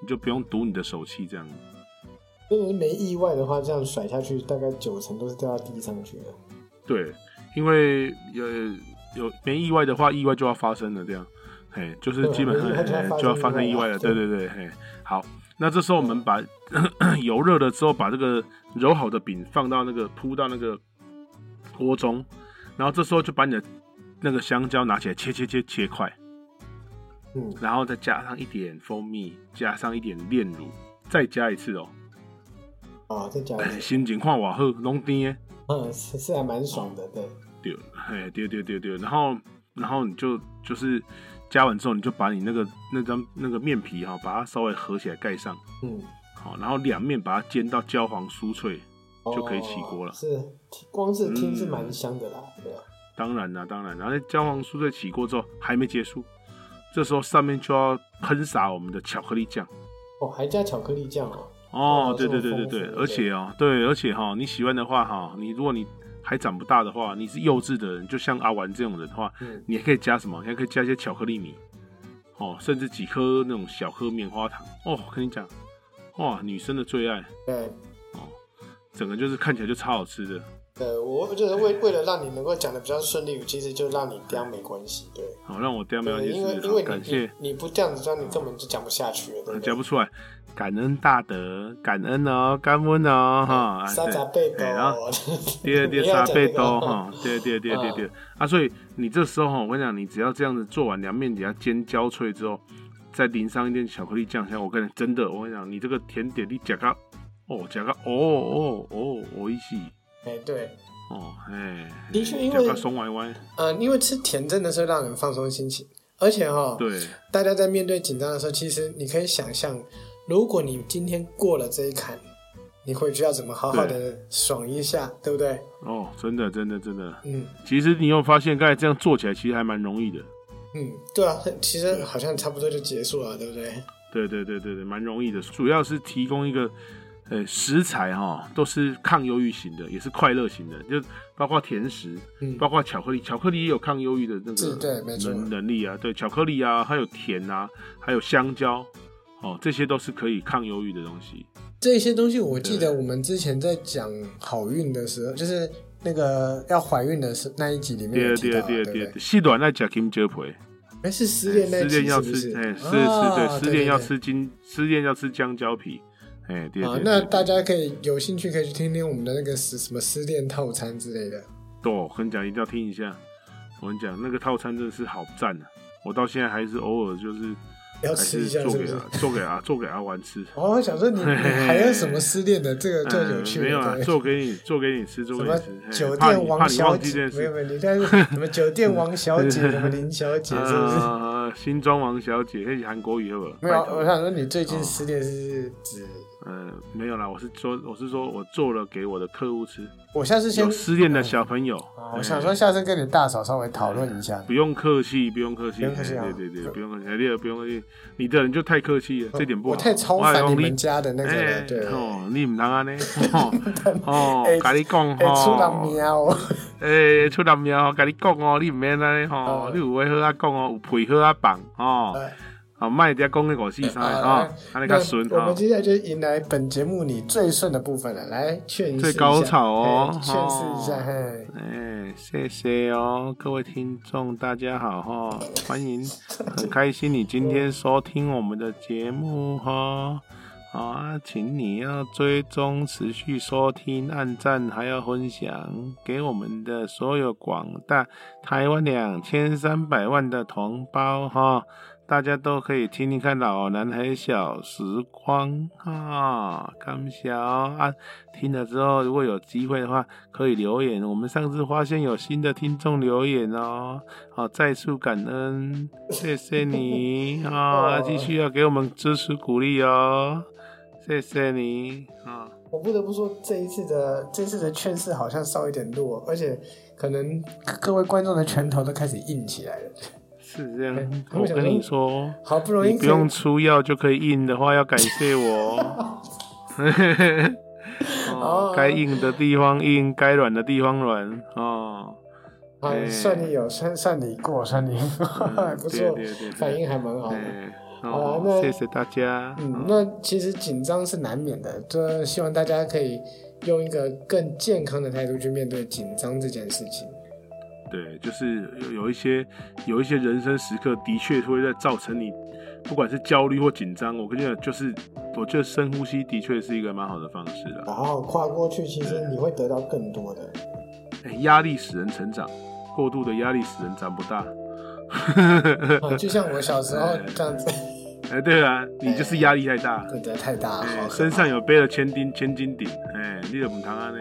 [SPEAKER 1] 你就不用赌你的手气这样。
[SPEAKER 2] 如果没意外的话，这样甩下去大概九成都是掉到地上去的。
[SPEAKER 1] 对，因为呃有没意外的话，意外就要发生了这样。嘿，就是
[SPEAKER 2] 对啊
[SPEAKER 1] 基本上
[SPEAKER 2] 没意外就要
[SPEAKER 1] 嘿
[SPEAKER 2] 发生
[SPEAKER 1] 就要发生
[SPEAKER 2] 意
[SPEAKER 1] 意
[SPEAKER 2] 外
[SPEAKER 1] 外
[SPEAKER 2] 了
[SPEAKER 1] 了。对对对，嘿，好，那这时候我们把 油热了之后，把这个揉好的饼放到那个铺到那个锅中，然后这时候就把你的那个香蕉拿起来切切切切块，
[SPEAKER 2] 嗯，
[SPEAKER 1] 然后再加上一点蜂蜜，加上一点炼乳，再加一次哦、
[SPEAKER 2] 哦，再加一次，
[SPEAKER 1] 心情看瓦好，拢甜的。
[SPEAKER 2] 嗯，是是还蛮爽的，对。
[SPEAKER 1] 对，哎，对对对对，然后然后你就就是加完之后，你就把你那个那张那个面皮哈、把它稍微合起来盖上，
[SPEAKER 2] 嗯，
[SPEAKER 1] 好，然后两面把它煎到焦黄酥脆。就可以起锅了
[SPEAKER 2] 哦是，听光是听
[SPEAKER 1] 嗯
[SPEAKER 2] 是蛮香的啦，对啊。
[SPEAKER 1] 当然啦、当然啦，然后焦黄酥脆起锅之后还没结束，这时候上面就要喷洒我们的巧克力酱。
[SPEAKER 2] 哦，还加巧克力酱哦。
[SPEAKER 1] 哦
[SPEAKER 2] 哦，
[SPEAKER 1] 对对
[SPEAKER 2] 这
[SPEAKER 1] 对
[SPEAKER 2] 么
[SPEAKER 1] 对
[SPEAKER 2] 丰富
[SPEAKER 1] 对，
[SPEAKER 2] 对
[SPEAKER 1] 而且哦，对，而且哈、你喜欢的话哈、你如果你还长不大的话，你是幼稚的人，就像阿丸这种人的话，
[SPEAKER 2] 嗯，
[SPEAKER 1] 你还可以加什么？你还可以加一些巧克力米，哦，甚至几颗那种小颗棉花糖。哦，我跟你讲，哇，女生的最爱，
[SPEAKER 2] 对。
[SPEAKER 1] 整个就是看起来就超好吃的。
[SPEAKER 2] 对，我就是为为了让你能够讲的比较顺利，其实就让你这样没关系，对，
[SPEAKER 1] 好、哦让我掉没有
[SPEAKER 2] 对，
[SPEAKER 1] 意
[SPEAKER 2] 因为
[SPEAKER 1] 思，
[SPEAKER 2] 因
[SPEAKER 1] 好
[SPEAKER 2] 为
[SPEAKER 1] 感
[SPEAKER 2] 你
[SPEAKER 1] 谢嗯啊
[SPEAKER 2] 你，你不这样子，这样你根本就讲不下去了，对不
[SPEAKER 1] 讲
[SPEAKER 2] 对？
[SPEAKER 1] 不出来，感恩大德，感恩哦，感恩哦，哈，哎
[SPEAKER 2] 沙
[SPEAKER 1] 对
[SPEAKER 2] 扎贝豆
[SPEAKER 1] 哎然 后，第
[SPEAKER 2] 哦你
[SPEAKER 1] 二第
[SPEAKER 2] 要
[SPEAKER 1] 三
[SPEAKER 2] 讲
[SPEAKER 1] 倍
[SPEAKER 2] 这个哦
[SPEAKER 1] 多哈，对对对对对啊！所以你这时候哈，我跟你讲，你只要这样子做完，两面给它煎焦脆之后，再淋上一点巧克力酱香，我跟你真的，我跟你讲，你这个甜点你夹个哦，夹个哦哦哦，我一起
[SPEAKER 2] 哎，对，
[SPEAKER 1] 哦，哎，
[SPEAKER 2] 的确因
[SPEAKER 1] 夹
[SPEAKER 2] 为
[SPEAKER 1] 个松歪歪，
[SPEAKER 2] 呃，因为吃甜真的是让人放松心情，而且哈、
[SPEAKER 1] 对
[SPEAKER 2] 大家在面对紧张的时候，其实你可以想象，如果你今天过了这一坎，你回去要怎么好好的爽一下，对不对？
[SPEAKER 1] 哦，真的真的真的，
[SPEAKER 2] 嗯
[SPEAKER 1] 其实你有发现，刚才这样做起来其实还蛮容易的，
[SPEAKER 2] 嗯，对啊，其实好像差不多就结束了，对不对？
[SPEAKER 1] 对对对对对，蛮容易的，主要是提供一个。呃，食材哈都是抗忧郁型的，也是快乐型的，就包括甜食，
[SPEAKER 2] 嗯，
[SPEAKER 1] 包括巧克力，巧克力也有抗忧郁的那
[SPEAKER 2] 是
[SPEAKER 1] 个
[SPEAKER 2] 对，没错，
[SPEAKER 1] 能能力啊，对，巧克力啊，还有甜啊，还有香蕉，哦，这些都是可以抗忧郁的东西。
[SPEAKER 2] 这些东西我记得我们之前在讲好运的时候，就是那个要怀孕的时那一集里面
[SPEAKER 1] 第
[SPEAKER 2] 有
[SPEAKER 1] 二、
[SPEAKER 2] 提
[SPEAKER 1] 第
[SPEAKER 2] 到
[SPEAKER 1] 二、
[SPEAKER 2] 啊，
[SPEAKER 1] 第
[SPEAKER 2] 对
[SPEAKER 1] 二、
[SPEAKER 2] 不
[SPEAKER 1] 第
[SPEAKER 2] 对
[SPEAKER 1] 二，？细短在讲金蕉培，
[SPEAKER 2] 哎，是失恋那
[SPEAKER 1] 失
[SPEAKER 2] 一集
[SPEAKER 1] 恋要
[SPEAKER 2] 是不是
[SPEAKER 1] 吃，？哎，是是，
[SPEAKER 2] 啊
[SPEAKER 1] 对，失恋要。
[SPEAKER 2] 对对对
[SPEAKER 1] 吃金，失恋要吃香蕉皮，哎，对
[SPEAKER 2] 啊
[SPEAKER 1] 对，
[SPEAKER 2] 那
[SPEAKER 1] 对，
[SPEAKER 2] 大家可以有兴趣可以去听听我们的那个什什么失恋套餐之类的。
[SPEAKER 1] 对，我跟你讲，一定要听一下。我跟你讲，那个套餐真的是好赞啊！我到现在还是偶尔就是
[SPEAKER 2] 要
[SPEAKER 1] 还是
[SPEAKER 2] 吃一下
[SPEAKER 1] 做
[SPEAKER 2] 是不
[SPEAKER 1] 给
[SPEAKER 2] 是？
[SPEAKER 1] 他做给他做给阿玩吃。
[SPEAKER 2] 哦，我想说你你还有什么失恋的？ 这个就
[SPEAKER 1] 嗯，
[SPEAKER 2] 有趣
[SPEAKER 1] 没有
[SPEAKER 2] 了
[SPEAKER 1] 啊，，
[SPEAKER 2] 对
[SPEAKER 1] 做给你做给你吃，做
[SPEAKER 2] 什
[SPEAKER 1] 给
[SPEAKER 2] 么
[SPEAKER 1] 你吃。嘿
[SPEAKER 2] 酒
[SPEAKER 1] 怕
[SPEAKER 2] 店
[SPEAKER 1] 你怕
[SPEAKER 2] 王
[SPEAKER 1] 你
[SPEAKER 2] 小
[SPEAKER 1] 忘记这
[SPEAKER 2] 姐
[SPEAKER 1] 件？
[SPEAKER 2] 没有
[SPEAKER 1] 事。
[SPEAKER 2] 没有，你但是什么 酒店王小姐，什么林小姐，是不是？
[SPEAKER 1] 啊，新装王小姐，那是韩国语好不好？
[SPEAKER 2] 没有，
[SPEAKER 1] 拜托
[SPEAKER 2] 我想说你最
[SPEAKER 1] 哦
[SPEAKER 2] 近失恋是指？
[SPEAKER 1] 呃，没有啦，我是说，我是说我做了给我的客户吃，
[SPEAKER 2] 我下次先
[SPEAKER 1] 有，失恋的小朋友
[SPEAKER 2] 啊。
[SPEAKER 1] 哎
[SPEAKER 2] 我想说下次跟你大嫂稍微讨论一下。
[SPEAKER 1] 不用客气，不用客气，
[SPEAKER 2] 不用客气啊
[SPEAKER 1] 哎对对对，不用客气，哎对，不用客气，你的人就太客气了，这点不好。
[SPEAKER 2] 我太超
[SPEAKER 1] 还
[SPEAKER 2] 凡
[SPEAKER 1] 讲
[SPEAKER 2] 你们家的那个
[SPEAKER 1] 哎
[SPEAKER 2] 了，对。
[SPEAKER 1] 哦，你唔能安尼， 哦哦
[SPEAKER 2] 哎，
[SPEAKER 1] 跟你讲
[SPEAKER 2] 哎，出人
[SPEAKER 1] 哦。
[SPEAKER 2] 命哦！
[SPEAKER 1] 诶、出南面哦，甲你讲哦，你毋免安尼
[SPEAKER 2] 哦
[SPEAKER 1] 吼，你有话好啊讲哦，有配好啊放哦，
[SPEAKER 2] 哎
[SPEAKER 1] 啊，卖掉公那五四三啊，安尼较顺
[SPEAKER 2] 呃我
[SPEAKER 1] 啊
[SPEAKER 2] 们，接下来就迎来本节目你最顺的部分了，来劝一下
[SPEAKER 1] 最高潮哦
[SPEAKER 2] 嘿劝示一下，嘿，
[SPEAKER 1] 哎，谢谢哦，各位听众，大家好哈、欢迎，很开心你今天收听我们的节目哈、好啊，请你要追踪、持续收听、按赞，还要分享给我们的所有广大台湾两千三百万的同胞哈、大家都可以听听看老男孩小时光啊，感谢哦啊！听了之后，如果有机会的话，可以留言。我们上次发现有新的听众留言哦，好、再次感恩，谢谢你啊！继续要给我们支持鼓励哦，谢谢你啊！
[SPEAKER 2] 我不得不说，这一次的这次的劝世好像稍一点弱，而且可能各位观众的拳头都开始硬起来了。
[SPEAKER 1] 是这样
[SPEAKER 2] 哎，
[SPEAKER 1] 我跟你说，
[SPEAKER 2] 好不容易
[SPEAKER 1] 你不用出药就可以硬的话，要感谢我。 哦
[SPEAKER 2] 哦，
[SPEAKER 1] 该硬的地方硬，该软的地方软哦。
[SPEAKER 2] 好
[SPEAKER 1] 哎
[SPEAKER 2] 算你有，算算你过，算你 不
[SPEAKER 1] 嗯对
[SPEAKER 2] 错
[SPEAKER 1] 对对对，
[SPEAKER 2] 反应还蛮好的。
[SPEAKER 1] 哎，
[SPEAKER 2] 好
[SPEAKER 1] 哦，
[SPEAKER 2] 那
[SPEAKER 1] 谢谢大家。
[SPEAKER 2] 嗯，那其实紧张是难免的，这希望大家可以用一个更健康的态度去面对紧张这件事情。
[SPEAKER 1] 对，就是有有一些有一些人生时刻，的确会在造成你，不管是焦虑或紧张。我跟你讲，就是我觉得深呼吸的确是一个蛮好的方式了。
[SPEAKER 2] 然后跨过去，其实你会得到更多的。
[SPEAKER 1] 哎，压力使人成长，过度的压力使人长不大。
[SPEAKER 2] 啊，就像我小时候这样子，
[SPEAKER 1] 哎，对了，你就是压力太大，
[SPEAKER 2] 真的太大了，好可
[SPEAKER 1] 哎
[SPEAKER 2] 怕
[SPEAKER 1] 身上有背了千斤千斤顶，哎，你怎么扛啊呢？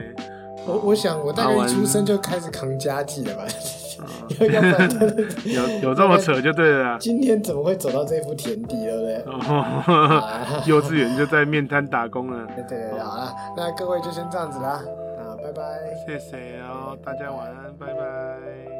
[SPEAKER 2] 我我想我大概
[SPEAKER 1] 阿
[SPEAKER 2] 一
[SPEAKER 1] 文
[SPEAKER 2] 出生就开始扛家计了吧，
[SPEAKER 1] 啊
[SPEAKER 2] 要不然真的
[SPEAKER 1] 有有这么扯就对了啦。
[SPEAKER 2] 今天怎么会走到这步田地，对 不对？
[SPEAKER 1] 哦，
[SPEAKER 2] 啊，
[SPEAKER 1] 幼稚园就在面摊打工了。
[SPEAKER 2] 对对对，好了，啊那各位就先这样子啦，啊，拜拜。
[SPEAKER 1] 谢谢哦，大家晚安，拜拜。